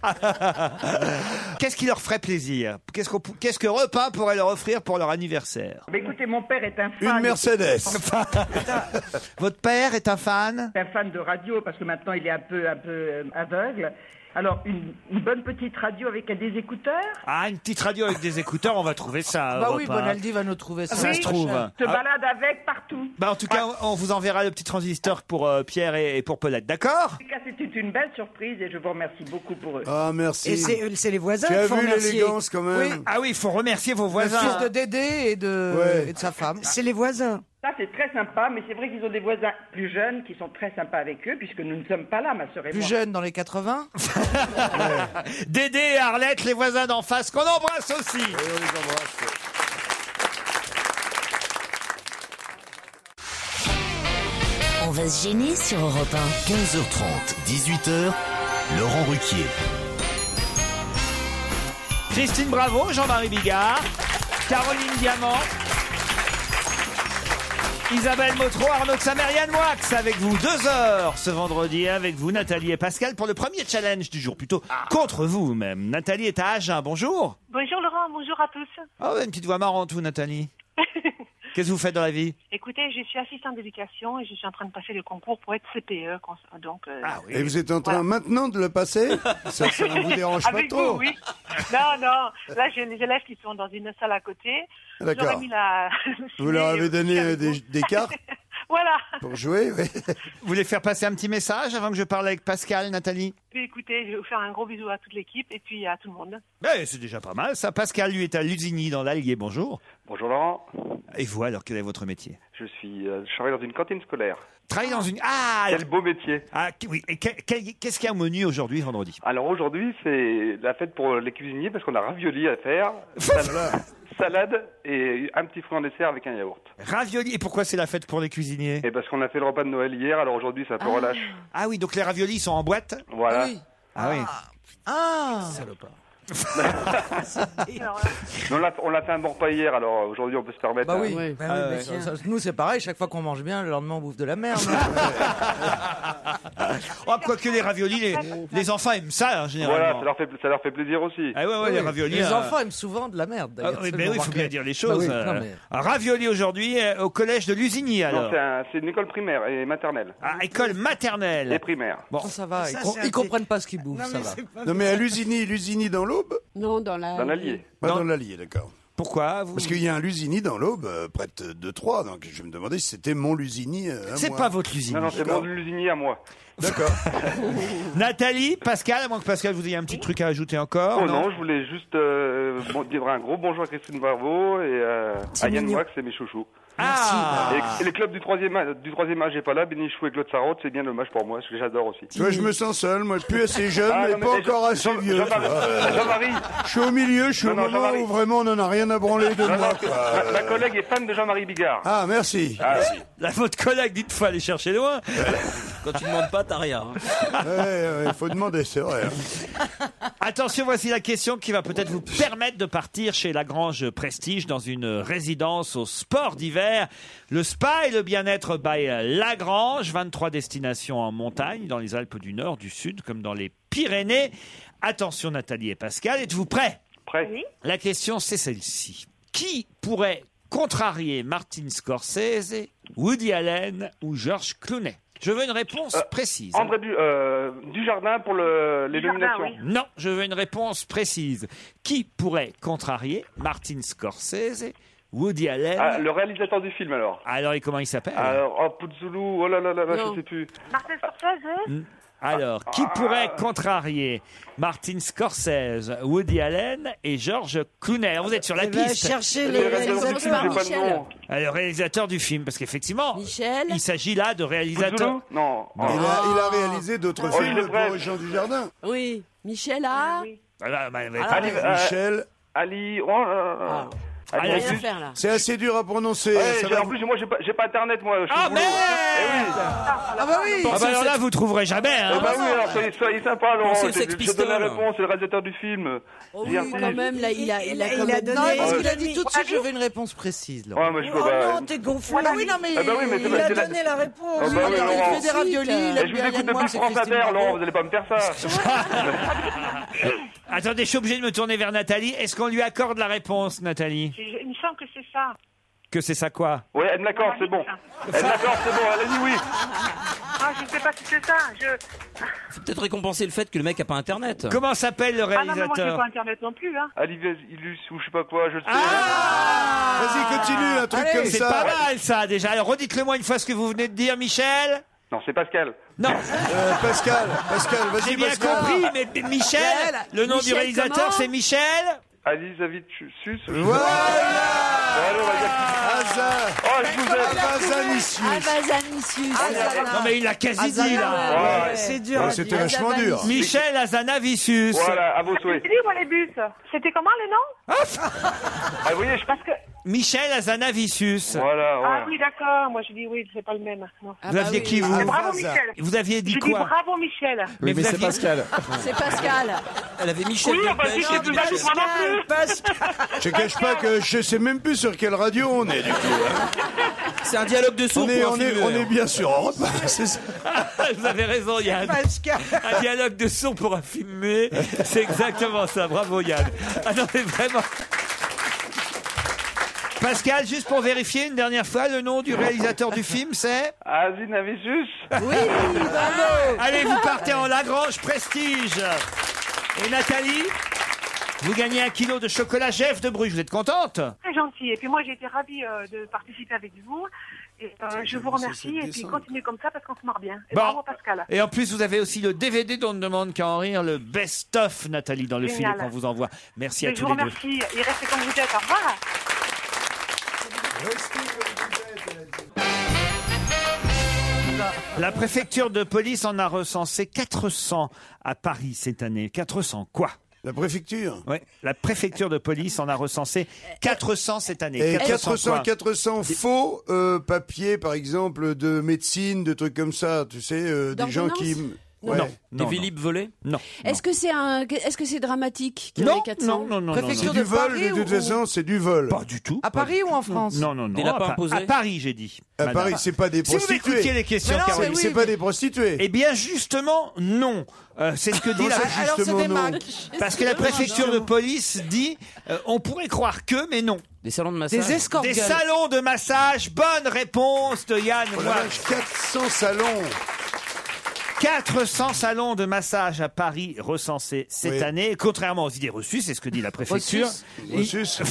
Qu'est-ce qui leur ferait plaisir Qu'est-ce qu'on pou- qu'est-ce que repas pourrait leur offrir pour leur anniversaire Mais écoutez, mon père est un fan. Une Mercedes. Votre père est un fan un fan de radio parce que maintenant il est un peu, un peu euh, aveugle. Alors une, une bonne petite radio avec euh, des écouteurs. Ah, une petite radio avec des écouteurs, Ah, on va trouver ça. euh, à Bah Europe oui, un. Bonaldi va nous trouver ça. Ça se trouve. Te Ah. balade avec partout. Bah, en tout cas, on on vous enverra le petit transistor pour euh, Pierre et, et pour Paulette, d'accord En tout cas, c'était une belle surprise et je vous remercie beaucoup pour eux. Ah, merci. Et c'est c'est les voisins Tu as qu'il faut vu remercier. l'élégance quand même Oui, Ah oui, il faut remercier vos Le voisins. fils de Dédé et de, Ouais. et de sa femme. c'est les voisins. Ça, c'est très sympa, mais c'est vrai qu'ils ont des voisins plus jeunes qui sont très sympas avec eux, puisque nous ne sommes pas là, ma sœur et Plus moi. jeune, dans les 80. Dédé et Arlette, les voisins d'en face, qu'on embrasse aussi. On va se gêner sur Europe 1. 15h30, 18h, Laurent Ruquier. Christine Bravo, Jean-Marie Bigard, Caroline Diamant, Isabelle Motro, Arnaud de Samer, Yann Moix avec vous. Deux heures ce vendredi avec vous, Nathalie et Pascal, pour le premier challenge du jour. Plutôt Ah. contre vous même. Nathalie est à Agen, bonjour. Bonjour Laurent, bonjour à tous. Ah ouais, une petite voix marrante, vous, Nathalie. Qu'est-ce que vous faites dans la vie Écoutez, je suis assistante d'éducation et je suis en train de passer le concours pour être CPE. cons- Donc, euh, Ah Et vous êtes en train maintenant de le passer Ça, ça ne vous dérange pas Avec trop vous, oui. Non, non. Là, j'ai les élèves qui sont dans une salle à côté. D'accord. J'aurais mis la... Vous leur avez donné euh, des, des cartes Voilà. pour jouer oui. Vous voulez faire passer un petit message avant que je parle avec Pascal, Nathalie Puis, écoutez, je vais vous faire un gros bisou à toute l'équipe et puis à tout le monde. Eh, C'est déjà pas mal ça. Pascal, lui, est à Lusigny dans l'Allier, bonjour. Bonjour Laurent, Et vous, alors, quel est votre métier je suis euh, je travaille dans une cantine scolaire. Travailler dans une... Ah Quel beau métier Ah. Ah qu- oui, et que- quel- qu'est-ce qu'il y a au menu aujourd'hui, vendredi Alors aujourd'hui, c'est la fête pour les cuisiniers parce qu'on a ravioli à faire, salade, salade et un petit fruit en dessert avec un yaourt. Ravioli, et pourquoi c'est la fête pour les cuisiniers Et parce Eh ben, qu'on a fait le repas de Noël hier, alors aujourd'hui c'est un peu relâche. Ah oui, donc les raviolis sont en boîte Voilà. Ah oui. Ah Salopard. Mais on l'a- on l'a fait un bon repas hier, alors aujourd'hui on peut se permettre. Bah hein. Ah oui, bah Ah oui, bah tiens, ça- nous c'est pareil, chaque fois qu'on mange bien, le lendemain on bouffe de la merde. Oh, quoique les raviolis, les, les enfants aiment ça, hein, Voilà, généralement. ça leur, fait, ça leur fait plaisir aussi. Ah ouais, ouais, les raviolis. Les euh, enfants aiment souvent de la merde. Ah, d'ailleurs, oui, c'est mais le oui, il faut remarqué. bien dire les Bah choses. oui, euh, non, mais- un ravioli aujourd'hui euh, au collège de Lusigny, Non, alors. c'est un- c'est une école primaire et maternelle. Ah, école maternelle. Et primaire. Bon, ça va, Ça, ils, com- c'est un ils comprennent pas ce qu'ils bouffent, Non, ça mais va. c'est pas Non, mais à Lusigny, Lusigny dans l'Aube Non, dans la. Dans l'Allier. Pas dans l'Allier, d'accord. Pourquoi vous... Parce qu'il y a un Lusigny dans l'Aube, euh, près de de Troyes, donc je me demandais si c'était mon Lusigny. euh, à C'est moi. pas votre Lusigny. Non, non, c'est mon lusinier à moi. D'accord. Nathalie, Pascal, à moins que Pascal vous ayez un petit truc à ajouter encore. Oh Ah, non, je voulais juste euh, bon- dire un gros bonjour à Christine Barbeau et euh, C'est à Yann mignon. Moix et mes chouchous. Ah et, et le club du troisième âge, du troisième âge n'est pas là, Bénichou et Claude Sarraute, c'est bien dommage pour moi, parce que j'adore aussi. Tu vois, je me sens seul, moi, plus assez jeune, Ah, mais non, pas mais encore Jean- assez Jean- vieux. Jean-Marie- tu vois, euh, Jean-Marie. Je suis au milieu, je suis Non, au non, moment Jean-Marie. où vraiment on n'en a rien à branler de Non, non, moi. parce que quoi. ma, ma collègue est fan de Jean-Marie Bigard. Ah, merci. Ah, Merci. La votre collègue, dites faut aller chercher loin. Quand tu demandes pas, t'as rien. Ouais, ouais, faut demander, c'est vrai. hein. Attention, voici la question qui va peut-être vous permettre de partir chez Lagrange Prestige dans une résidence au sport d'hiver. Le spa et le bien-être by Lagrange, 23 destinations en montagne, dans les Alpes du Nord, du Sud, comme dans les Pyrénées. Attention Nathalie et Pascal, êtes-vous prêts Prêt. La question c'est celle-ci. Qui pourrait contrarier Martin Scorsese, Woody Allen ou George Clooney Je veux une réponse précise. hein. André du, euh, Dujardin pour le, Euh, les nominations. Non, je veux une réponse précise. Qui pourrait contrarier Martin Scorsese, Woody Allen Ah, le réalisateur du film alors. Alors, et comment il s'appelle Alors, oh, Puzzoulou, oh là là là là, Non. je sais plus. Ah. Martin Scorsese Hmm. Alors, qui pourrait contrarier Martin Scorsese, Woody Allen et George Clooney Alors, Vous êtes sur la Eh ben, piste. cherchez le Le réalisateur du réalisateur film, du film, j'ai pas le nom. Ah, le réalisateur du film, parce qu'effectivement, il s'agit là de réalisateur. Puzzoulou Non. Il a, il a réalisé d'autres Oh, il est films bref. pour Jean du Jardin. Oui, Michel Ah a. Alors, bah, Ah. bah, Ali, euh, Ah, Michel. Ali. oh, euh, Ali Allez, rien Auguste. faire là. C'est assez dur à prononcer. Ouais, ça j'ai- va en plus, moi, j'ai pas, j'ai pas internet, moi. Je suis Ah, au boulot. merde Eh oui. Ah bah oui Ah, bah, alors là, vous trouverez jamais. hein. Eh bah oui, alors, soyez, soyez sympa, Laurent. Pensez aux Je, Sex je, je donne la Pistols. réponse, c'est le réalisateur du film. Oh oui, J'ai un- quand même, là, il a, il a, Il quand a même- donné. Non, parce Ouais. qu'il a dit tout de suite, je veux une réponse précise. Laurent. Ouais, mais je peux oh pas- non, t'es gonflé. Ah bah oui, non, mais, Ah bah oui, mais c'est il pas- a c'est la- donné la Ah réponse. bah oui, il Laurent. fait des Eh, raviolis. il aime je vous bien écoute Yann Moix, depuis c'est France Christine Inter, Bravo. Laurent, vous allez pas me faire ça. Attendez, je suis obligé de me tourner vers Nathalie. Est-ce qu'on lui accorde la réponse, Nathalie Je- Il me semble que c'est ça. Que c'est ça quoi Ouais, elle me l'accorde, c'est bon. Ah, Elle me l'accorde, c'est bon, elle a dit oui. Ah, je ne sais pas si c'est ça. Je... Faut peut-être récompenser le fait que le mec a pas internet. Comment s'appelle le Ah non, mais moi, je n'ai réalisateur pas Internet non plus. Hein. Ali Ilus ou je sais pas quoi, je le sais. Vas-y, continue, un truc comme Ah C'est ça. pas mal ça déjà. Alors redites-le moi une fois ce que vous venez de dire, Michel. Non, c'est Pascal. Non, Euh, Pascal, Pascal, vas-y, j'ai bien Pascal. compris, mais mais Michel, Michel, le nom Michel, du réalisateur comment c'est Michel. Ali Zavitsus. Voilà Allez, on va dire- Hazard. Oh, je vous aime. Hazanicius. Avanisius. Non mais il l'a quasi Ah, dit là. Ouais. C'est dur. Ouais, à C'était dire. vachement dur. Michel Azanavicius. Voilà, à vos souhaits. J'ai dit, moi, les bus. C'était comment le nom Ah, vous voyez, je... Parce que... Michel Azanavicius. Voilà, Ah ouais. oui, d'accord. Moi, je dis oui, c'est pas le même. Non. Vous aviez qui vous Mais bravo, Michel. Ah, Vous aviez dit Je dis quoi bravo, Michel. Oui, vous mais c'est aviez- Pascal. C'est Pascal. Elle avait Michel. Oui, bah, Delpech. si, c'est plus valide, moi non plus. Je cache pas que je sais même plus sur quelle radio on est, du coup. hein. C'est un dialogue de sourds On est, pour hein. un on est, film on vert. est bien sûr en Europe. hein, C'est ça. Vous avez raison, Yann. Pascal. Un dialogue de son pour un film muet. C'est exactement ça. Bravo, Yann. Ah non, mais vraiment. Pascal, juste pour vérifier une dernière fois, le nom du réalisateur du film, c'est Ali Navicius. Allez, vous partez en Lagrange Prestige. Et Nathalie, vous gagnez un kilo de chocolat Jeff de Bruges. Vous êtes contente Très gentil. Et puis moi, j'ai été ravie euh, de participer avec vous. Et euh, je vous remercie. Et puis continuez comme ça parce qu'on se marre bien. Et Bon. bravo, Pascal. Et en plus, vous avez aussi le DVD dont on ne demande qu'à en rire, le best-of, Nathalie, dans le Génial. film qu'on vous envoie. Merci à Mais je tous vous les deux. remercie. Et restez comme vous êtes. Au revoir. La préfecture de police en a recensé 400 à Paris cette année. 400 quoi La préfecture. Ouais, la préfecture de police en a recensé 400 cette année. Et 400 400, quoi 400 faux euh, papiers, par exemple, de médecine, de trucs comme ça, tu sais, euh, des gens qui... D'ordonnance Non. non. Des Vélib volés Non. Est-ce que c'est un, est-ce que c'est dramatique qu'il y en Non, ait 400 non, non, non. Préfecture C'est du de vol, Paris de toute ou- façon, c'est du vol. Pas du tout. À Paris ou en France Non, non, non. Des lapins à, Pa- posés à Paris, j'ai dit. À madame. Paris, c'est pas des Si vous prostituées. m'écoutiez les questions, Mais non, mais Caroline. oui, C'est pas mais- des prostituées. Eh bien, justement, non. Euh, c'est ce que dit Comment la ça, Alors, c'est justement, des non marques. Parce que la préfecture de police dit euh, on pourrait croire que, mais non. Des salons de massage. Des Des escorte-gueules. salons de massage. Bonne réponse de Yann Oh la Moix. vache, 400 salons. 400 salons de massage à Paris recensés cette Oui. année. Contrairement aux idées reçues, c'est ce que dit la préfecture. Reçus.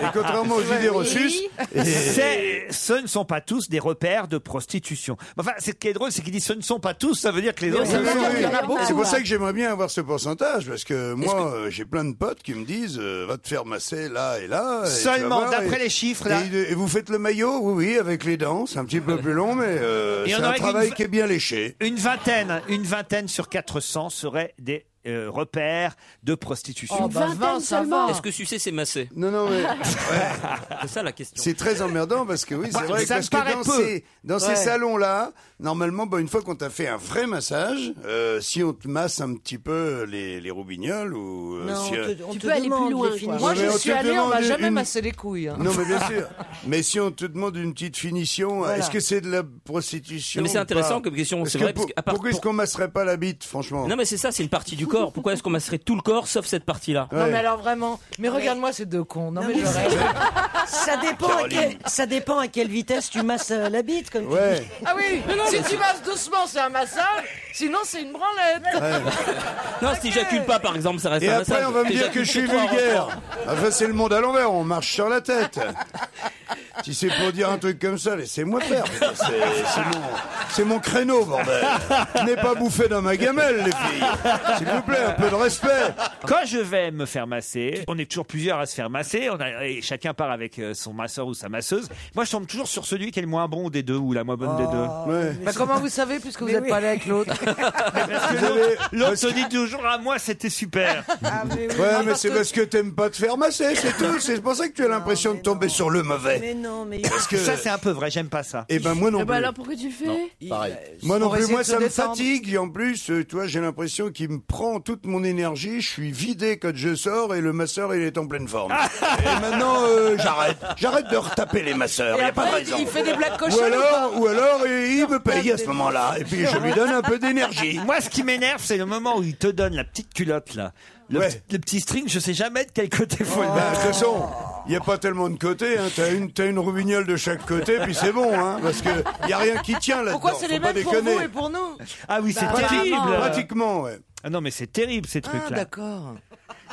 Et contrairement aux idées reçues, C'est- ce ne sont pas tous des repères de prostitution. Enfin, ce qui est drôle, c'est qu'ils disent ce ne sont pas tous, ça veut dire que les autres. Oui, oui, oui. C'est hein. pour ça que j'aimerais bien avoir ce pourcentage, parce que moi, euh, j'ai plein de potes qui me disent euh, va te faire masser là et là. et tu vas Seulement, voir, d'après et- les chiffres, là. Et, et vous faites le maillot Oui, oui, avec les dents. C'est un petit peu plus long, mais euh, Et c'est on un aurait travail qu'une- qui est bien léché. Une vingtaine, une vingtaine sur 400 seraient des euh, repères de prostitution. Une Oh, bah, vingtaine vingt, ça seulement. va. Est-ce que sucer c'est massé Non, non, mais. C'est ça la question. C'est très emmerdant parce que oui, Bah, c'est vrai. ça parce me paraît que dans peu. ces, dans ces Ouais. salons-là, normalement, bah, une fois qu'on t'a fait un vrai massage, euh, si on te masse un petit peu les, les roubignoles ou euh, si, euh, Tu peux aller plus loin, quoi. Moi, Moi, je Mais je on suis suis te allée, allé, on m'a on m'a demande jamais jamais une- massé massé les couilles. hein. Non, mais bien sûr. Mais si on te demande une petite finition, Voilà. est-ce que c'est de la prostitution Non, mais c'est ou intéressant pas comme question, Parce c'est que vrai, pour- parce qu'à part- pourquoi est-ce pour- qu'on masserait pas la bite, franchement Non mais c'est ça, c'est une partie du corps. Pourquoi est-ce qu'on masserait tout le corps sauf cette partie-là Non, mais alors vraiment, mais regarde-moi ces deux cons. Non, mais je rêve. Ça dépend, à quel- ça dépend à quelle vitesse tu masses euh, la bite, comme tu dis. Ah oui, Non, non, si mais tu c'est- masses doucement, c'est un massage, sinon c'est une branlette. Non, si j'accule pas par exemple, Ah, ça reste Et un après, massage. on va me Déjà, dire que je suis trois vulgaire. renforts. Enfin, c'est le monde à l'envers, on marche sur la tête. Si c'est pour dire un truc comme ça, laissez-moi faire. putain, c'est- C'est mon, c'est mon créneau, bordel. Je n'ai pas bouffé dans ma gamelle, les filles. S'il vous plaît, un peu de respect. Quand je vais me faire masser, on est toujours plusieurs à se faire masser, on a- et chacun part avec euh, son masseur ou sa masseuse. Moi, je tombe toujours sur celui qui est le moins bon des deux ou la moins bonne des deux. Bah, comment vous savez, puisque vous Mais n'êtes oui. pas allé avec l'autre Parce que l'autre- L'autre se dit toujours à moi, c'était super. Ah, Ah, Ouais, mais c'est parce que t'aimes pas te faire masser, c'est tout. C'est pour ça que tu as l'impression de tomber sur le mauvais. non, mais. Parce que- ça, c'est un peu vrai. J'aime pas ça. Eh ben, moi non Eh ben plus. alors pourquoi tu le fais Moi non Pour plus, essayer moi de se ça me détendre. fatigue et en plus, euh, tu vois, j'ai l'impression qu'il me prend toute mon énergie, je suis vidé quand je sors et le masseur il est en pleine forme. et maintenant euh, j'arrête, j'arrête de retaper les masseurs, Et il y a pas de après, raison. il fait des blagues cochonnes Ou ou alors, ou alors il il me paye à ce moment-là et puis je lui donne un peu d'énergie. Moi, ce qui m'énerve, c'est le moment où il te donne la petite culotte, là. Le, petit- le petit string, je sais jamais de quel côté faut le Bah, de mettre. toute façon, il n'y a pas tellement de côtés, hein. t'as une, t'as une roubignole de chaque côté, puis c'est bon, hein, parce qu'il n'y a rien qui tient là-dedans. Pourquoi c'est faut les pas mêmes pour déconner. vous et pour nous Ah oui, c'est Bah, terrible. apparemment. Pratiquement, ouais. Ah non, mais c'est terrible, ces trucs-là. Ah, d'accord.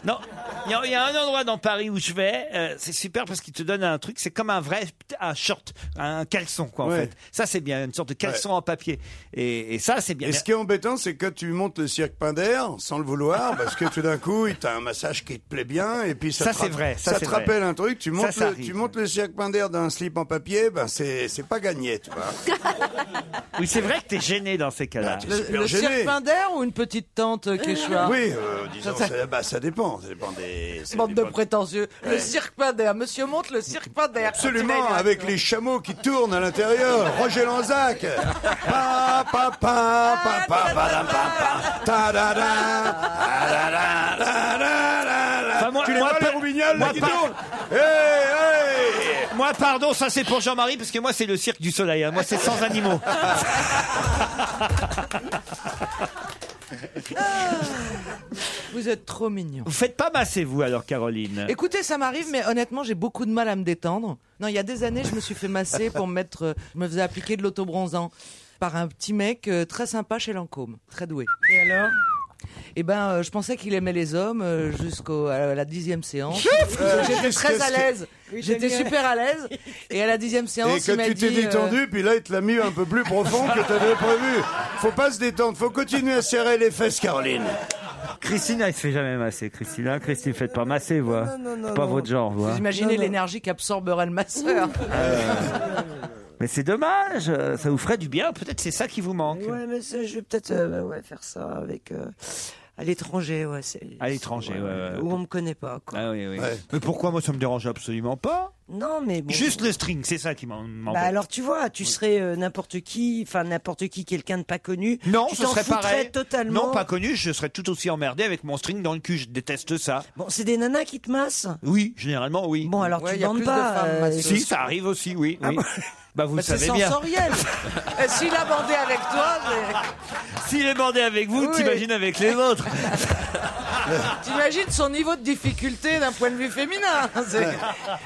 Non, il y a- il y, a un endroit dans Paris où je vais, euh, c'est super parce qu'il te donne un truc, c'est comme un vrai un short, un caleçon quoi en Ouais. fait. Ça c'est bien, une sorte de caleçon en papier. Et, et ça c'est bien. Et ce qui est embêtant, c'est quand tu montes le cirque Pinder sans le vouloir, parce que tout d'un coup, il t'a un massage qui te plaît bien, et puis ça, Ça, te, c'est vrai, ça, ça c'est te vrai. rappelle un truc. Tu Ça, montes, ça le, arrive, tu montes le cirque Pinder d'un slip en papier, ben c'est c'est pas gagné, tu vois. Oui, c'est vrai que t'es gêné dans ces cas-là. t'es Le, super le gêné. cirque d'air ou une petite tente euh, quechua Oui, euh, disons, ça, Ça, ça- bah, ça dépend, ça dépend des. ça Bande de dépend- prétentieux. Ouais. Le cirque d'air. Monsieur monte le cirque d'air. Absolument, avec les chameaux qui tournent à l'intérieur. Roger Lanzac. Pa, pa, pa, pa, pa, pa, da, pa, pa, ta, da, da, ah, da, da, da, da, da, da. Enfin, Ah, moi- Tu les moi, vois, les par- roubignoles, là, moi, qui par- tournent Eh, Hey, hey Moi pardon, ça c'est pour Jean-Marie parce que moi c'est le cirque du soleil, hein. moi c'est sans animaux. Ah. Vous êtes trop mignon. Vous faites pas masser vous alors Caroline. Écoutez, ça m'arrive, mais honnêtement, j'ai beaucoup de mal à me détendre. Non, il y a des années, je me suis fait masser pour me mettre. euh, Je me faisais appliquer de l'autobronzant par un petit mec euh, très sympa chez Lancôme, très doué. Et alors Eh ben, euh, je pensais qu'il aimait les hommes euh, jusqu'au à la dixième séance. Euh, J'étais jusqu'à très ce à que- l'aise. Oui, J'étais Daniel. super à l'aise. Et à la dixième Et séance, il quand m'a tu dit. euh, t'es détendu, puis là, il te l'a mis un peu plus profond que t'avais prévu. Faut pas se détendre, faut continuer à serrer les fesses, Caroline. Christina, elle se fait jamais masser. Christina, Christine, faites pas masser, vous. hein. non, non, C'est pas non. votre genre, vous. Vous hein. Euh, imaginez l'énergie qu'absorberait le masseur. Mais c'est dommage. euh, Ça vous ferait du bien. Peut-être c'est ça qui vous manque. Ouais, mais c'est- je vais peut-être euh, ouais, faire ça avec. euh, à l'étranger, ouais. c'est- À l'étranger, ouais, ouais. Où on me connaît pas, quoi. Ah oui, oui. Mais pourquoi moi ça me dérange absolument pas Non, mais bon. Juste le string, c'est ça qui m'en- m'embête. Bah alors tu vois, tu serais euh, n'importe qui, enfin n'importe qui, quelqu'un de pas connu. non, tu ce t'en serait foutrais pareil. totalement. Non, pas connu, je serais tout aussi emmerdé avec mon string dans le cul. Je déteste ça. Bon, c'est des nanas qui te massent. Oui, généralement, oui. Bon, alors, Ouais, tu y a bandes plus de pas, femmes euh, masseuses. Si, ça arrive aussi, oui. oui. Bah, vous le c'est savez bien. sensoriel. Et S'il a bandé avec toi, S'il est bandé avec vous, Oui. t'imagines avec les autres. mais t'imagines son niveau de difficulté d'un point de vue féminin. hein, C'est- Ouais.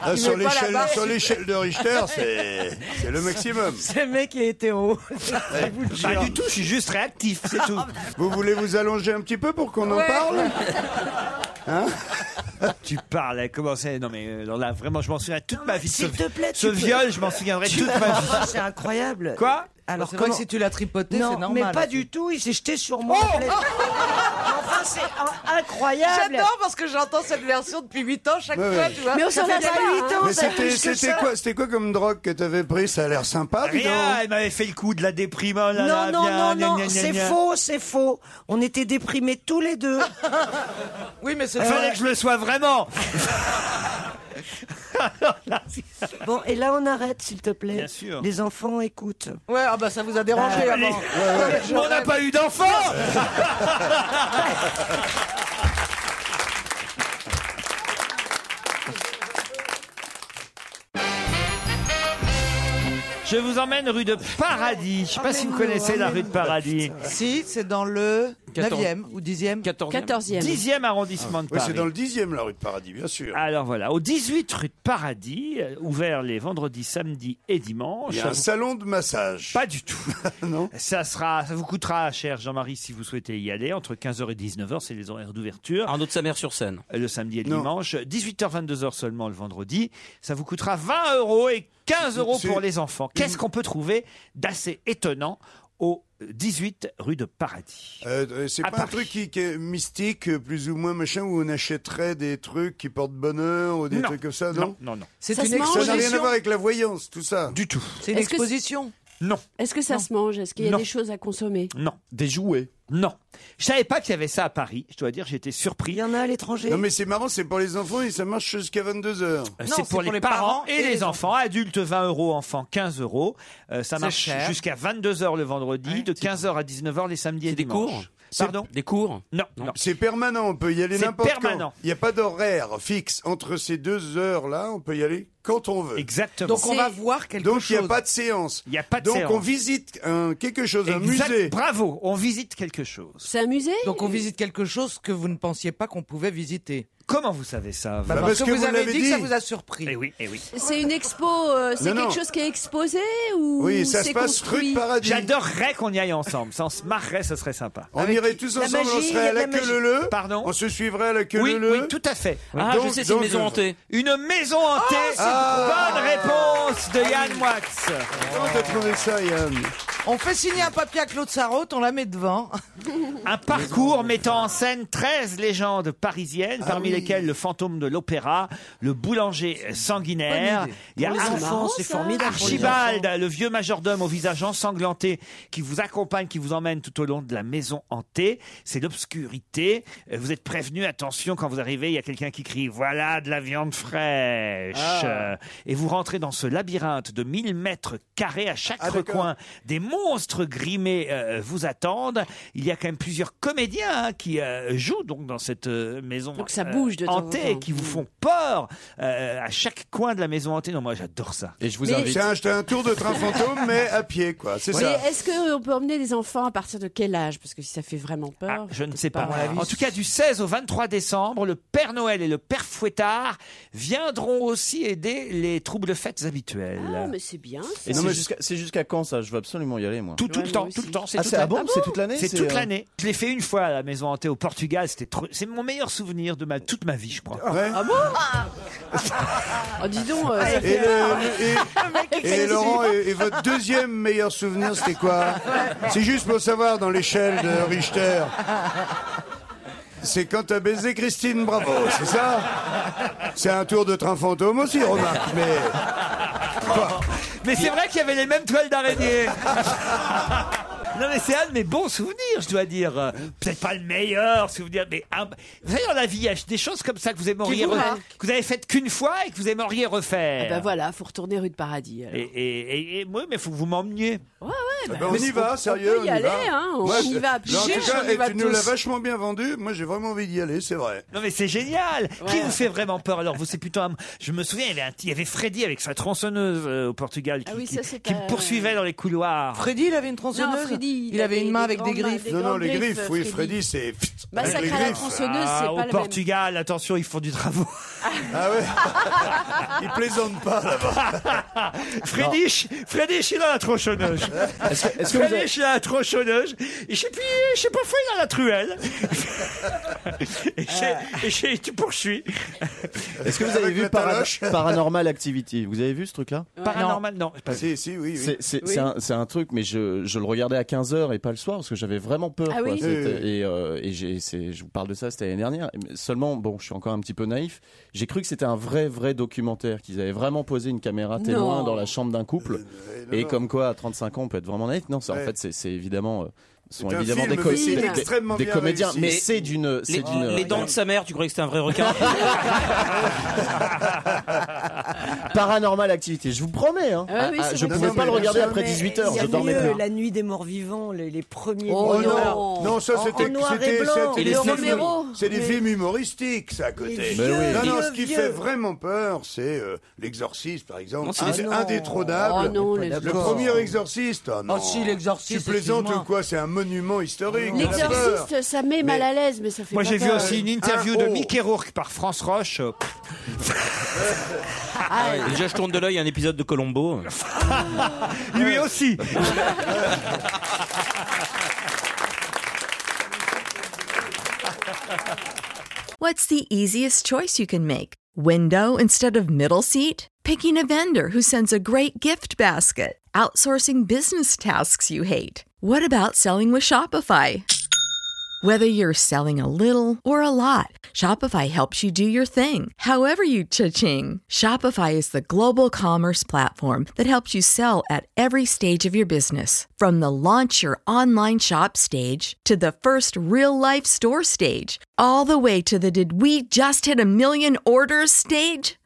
Ah, il sur met pas la l'échelle- barre. sur l'échelle de Richter, c'est- c'est le maximum. Ce mec est hétéro. Ouais. Pas du tout, je suis juste réactif, c'est tout. Vous voulez vous allonger un petit peu pour qu'on en Ouais. parle Hein tu parles, elle commençait. Non, mais euh, là, vraiment, je m'en souviens toute ma vie. de S'il ce- te plaît, ce tu peux- viol, je m'en souviendrai Tu- toute ma vie. C'est incroyable. Quoi Alors, C'est vrai comment- que si tu l'as tripoté, Non, c'est normal, Mais pas après. du tout, il s'est jeté sur moi. Oh en pleine- enfin, c'est un- incroyable. J'adore parce que j'entends cette version depuis 8 ans chaque Ouais, fois, ouais. tu vois. Mais on s'en Ça fait lasse bien pas, huit hein. ans, Mais ça fait c'était plus que c'était ça. quoi, c'était quoi comme drogue que t'avais pris Ça a l'air sympa, dis Rien, donc. elle m'avait fait le coup de la déprime. oh là Non, là, non, viens, non, gna, non, gna, gna, c'est gna. faux, c'est faux. On était déprimés tous les deux. Oui, mais c'est Fallait que je le sois vraiment. Bon, et là, on arrête, s'il te plaît. Bien sûr. Les enfants écoutent. Ouais, ah bah ça vous a dérangé Ah, avant. les- Ouais, ouais. Mais on n'a pas eu d'enfant Je vous emmène rue de Paradis. Je sais pas si vous connaissez la rue de Paradis. Si, c'est dans le 14. 9e ou 10e 14e. 10e arrondissement de Ah. Oui, Paris. c'est dans le dixième, la rue de Paradis, bien sûr. Alors voilà, au 18 rue de Paradis, euh, ouvert les vendredis, samedis et dimanches. Il y a un salon de massage. Pas du tout. Ça, sera, ça vous coûtera cher, Jean-Marie, si vous souhaitez y aller, entre 15h et 19h, c'est les horaires d'ouverture. Euh, Arnaud de sa mère sur scène. Le samedi et le dimanche, 18h, 22h seulement le vendredi. Ça vous coûtera 20 euros et 15 euros C'est- pour les enfants. Qu'est-ce qu'on peut trouver d'assez étonnant au 18 rue de Paradis Euh, euh, c'est À pas un Paris. truc qui, qui est mystique, euh, plus ou moins machin, où on achèterait des trucs qui portent bonheur ou des Non. trucs comme ça, Non, non non, non. C'est Ça une n'a rien à exposition. voir avec la voyance, tout ça. Du tout. C'est une Est-ce que c'est- exposition. Non. Est-ce que ça se mange Est-ce qu'il y a des choses à consommer Non. Des jouets Non. Je savais pas qu'il y avait ça à Paris. Je dois dire, j'étais surpris. Il y en a à l'étranger. Non, mais c'est marrant, c'est pour les enfants et ça marche jusqu'à 22 heures. Euh, C'est pour, les, parents et, les enfants. Adultes, 20 euros. Enfants, 15 euros. Euh, ça C'est marche cher. jusqu'à 22h le vendredi, de 15h à 19h les samedis et dimanches. Pardon Des cours Non. non. C'est permanent, on peut y aller C'est n'importe quand. permanent. Il n'y a pas d'horaire fixe entre ces deux heures-là, on peut y aller quand on veut. Exactement. Donc on va voir quelque Donc il chose. n'y a pas de séance. Il n'y a pas de Donc séance. on visite un, quelque chose, un Exact- musée. Bravo, on visite quelque chose. C'est un musée Donc on visite quelque chose que vous ne pensiez pas qu'on pouvait visiter. Comment vous savez ça Bah, Bah, parce, parce que, que vous, vous avez l'avez dit, que ça dit. vous a surpris. Eh oui, eh oui. C'est une expo, euh, c'est Non, non. quelque chose qui est exposé ou Oui, ça se c'est passe rue de construit Paradis. J'adorerais qu'on y aille ensemble. Ça, on se marrerait, ça serait sympa. On irait tous la ensemble, on magie, serait à la la queue magie. leu leu. Pardon On se suivrait à la queue Oui, leu leu. oui, tout à fait. Ah, je sais, c'est une maison hantée. Une maison hantée. euh, Ah. Bonne réponse de Yann Moix. Comment t'as trouvé ça, Yann On fait signer un papier à Claude Sarraute, on la met devant. Un parcours mettant en scène 13 légendes parisiennes, parmi Ah oui. lesquelles le fantôme de l'opéra, le boulanger sanguinaire. Bonne idée. Pour les Ar- enfants, c'est formidable pour les Archibald, le vieux majordome au visage ensanglanté, qui vous accompagne, qui vous emmène tout au long de la maison hantée. C'est l'obscurité. Euh, Vous êtes prévenu, attention, quand vous arrivez, il y a quelqu'un qui crie Voilà de la viande fraîche. Ah. Euh, Et vous rentrez dans ce labyrinthe de 1000 mètres carrés à chaque Ah, d'accord. recoin. Des monstres grimés euh, vous attendent. Il y a quand même plusieurs comédiens hein, qui euh, jouent donc dans cette euh, maison Donc ça bouge de temps en hantée temps. Mm. qui vous font peur euh, à chaque coin de la maison hantée. Non, moi j'adore ça. Et je vous Mais- invite. C'est un, c'est un tour de train fantôme, mais à pied, quoi. C'est Mais ça. est-ce qu'on peut emmener des enfants à partir de quel âge Parce que si ça fait vraiment peur. Ah, Je ne sais pas. pas. En tout cas, du 16 au 23 décembre, le Père Noël et le Père Fouettard viendront aussi aider les troubles fêtes habituels. Ah, mais c'est bien. Et ça. c'est jusqu'à c'est jusqu'à quand ça Je veux absolument y aller, moi. Tout, tout Ouais, le temps, moi tout le temps. Ah, toute c'est- la- ah bon C'est toute l'année C'est c'est, toute euh, l'année. Je l'ai fait une fois à la maison hantée au Portugal. C'était trop- C'est mon meilleur souvenir de ma toute ma vie, je crois. Ah bon Oh, dis donc. euh, Ah, ça Ah, Et, fait peur. le- et- et Laurent, et, et votre deuxième meilleur souvenir, c'était quoi C'est juste pour savoir dans l'échelle de Richter. C'est quand t'as baisé Christine Bravo, c'est ça C'est un tour de train fantôme aussi, remarque, mais. Mais c'est vrai qu'il y avait les mêmes toiles d'araignée. Non, mais c'est un de mes bons souvenirs, je dois dire. Euh, Peut-être pas le meilleur souvenir, mais un- vous savez, dans la vie, il y a des choses comme ça que vous aimeriez vous re- marquent. que vous avez faites qu'une fois et que vous aimeriez refaire. Ah bah voilà, faut retourner rue de Paradis. alors. Et, et, et- et- ouais, mais faut que vous m'emmeniez. Ouais, ouais. Ah bah, bah, on y va, peut sérieux, y on y aller, va. hein. On Ouais, y je- va. Non, en tout piger, cas, on y et va tu nous tous. l'as vachement bien vendu. Moi, j'ai vraiment envie d'y aller, c'est vrai. Non mais c'est génial. Qui vous fait vraiment peur alors Vous c'est plutôt. un- Je me souviens, il y avait, un... il y avait Freddy avec sa tronçonneuse euh, au Portugal qui, Ah oui, qui- ça, c'est euh, qui pas- me poursuivait dans les couloirs. Freddy, il avait une tronçonneuse. Ah. Non, Freddy, il avait une main avec des grandes mains, griffes. des Non, non, grandes les griffes, oui, Freddy. Freddy, c'est. Massacre Avec les à la griffes. tronçonneuse, Ah, c'est au pas le même. Portugal, attention, ils font du travaux. Ah ouais Ils plaisantent pas là-bas. Freddy, Freddy, il a la tronçonneuse. Est-ce que- est-ce que vous Freddy, avez- il a la tronçonneuse. Et je sais plus, je sais pas fou, il a la truelle. et je- et je- tu poursuis. Est-ce que vous avez Avec vu la Parano- taloche. Paranormal Activity Vous avez vu ce truc-là Paranormal, non. c'est pas- Ah, Si, si, oui. oui. C'est- C'est c'est un, c'est un truc, mais je, je le regardais à 15h et pas le soir parce que j'avais vraiment peur. Ah quoi. oui. Oui, C'était- oui, oui. Et, euh, et j'ai- c'est- je vous parle de ça, c'était l'année dernière. Mais Seulement, bon, je suis encore un petit peu naïf. J'ai cru que c'était un vrai, vrai documentaire, qu'ils avaient vraiment posé une caméra témoin Non. dans la chambre d'un couple. non, et non. comme quoi, à 35 ans, on peut être vraiment naïf. Non, ça, en Ouais. fait, c'est- c'est évidemment. euh, sont C'est un évidemment film, des, co- mais c'est des- extrêmement des bien comédiens, réussi. mais Les- c'est d'une, c'est Les, d'une- les dents de sa mère, tu croyais que c'était un vrai requin Paranormal activité, je vous promets. Hein. Ah oui, Ah, c'est je vrai, pouvais c'est pas vrai. le regarder Non, après mais 18 il h y a je dormais mieux plus. La nuit des morts vivants, les, les premiers. Oh nuits non, noirs. non, ça En- c'était en noir et c'était- blanc. c'était Les des films- Romero. c'est des Mais- films humoristiques ça à côté. Les Mais vieux, Non non, vieux, ce qui vieux. fait vraiment peur, c'est euh, l'exorciste par exemple, Non, c'est un, des- un non. des trônables. Ah Oh non, les le D'accord. premier exorciste. Ah non. Oh si, l'Exorciste, Tu plaisantes excuse-moi. ou quoi C'est un monument historique. de la peur. Ah, oh. L'exorciste, ça met mal à l'aise, mais ça fait Moi pas j'ai vu peur. aussi une interview de Mickey Rourke par France Roche. Euh, Ah Déjà, je tourne de l'œil à un épisode de Colombo. Lui aussi. What's the easiest choice you can make? Window instead of middle seat? Picking a vendor who sends a great gift basket? Outsourcing business tasks you hate? What about selling with Shopify? Whether you're selling a little or a lot, Shopify helps you do your thing, however you cha-ching. Shopify is the global commerce platform that helps you sell at every stage of your business. From the launch your online shop stage to the first real life store stage, all the way to the did we just hit a million orders stage?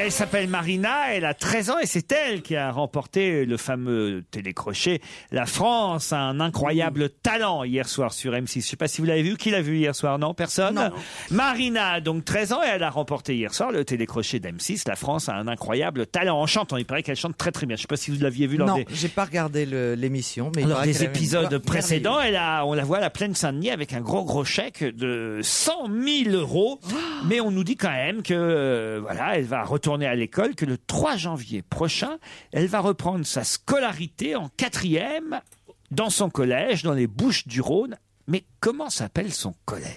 Elle s'appelle Marina, elle a 13 ans et c'est elle qui a remporté le fameux télécrochet. La France a un incroyable talent hier soir sur M6. Je sais pas si vous l'avez vu. Qui l'a vu hier soir Non, personne. Marina a donc 13 ans et elle a remporté hier soir le télécrochet d'M6. La France a un incroyable talent en chantant. Il paraît qu'elle chante très très bien. Je sais pas si vous l'aviez vu lors Non, des j'ai pas regardé le- l'émission, mais il lors paraît des qu'elle avait une épisodes voix précédents, elle a, on la voit à la plaine Saint-Denis avec un gros gros chèque de 100 000 euros. Mais on nous dit quand même que euh, voilà, elle va retourner à l'école, que le 3 janvier prochain, elle va reprendre sa scolarité en quatrième dans son collège, dans les Bouches du Rhône. Mais comment s'appelle son collège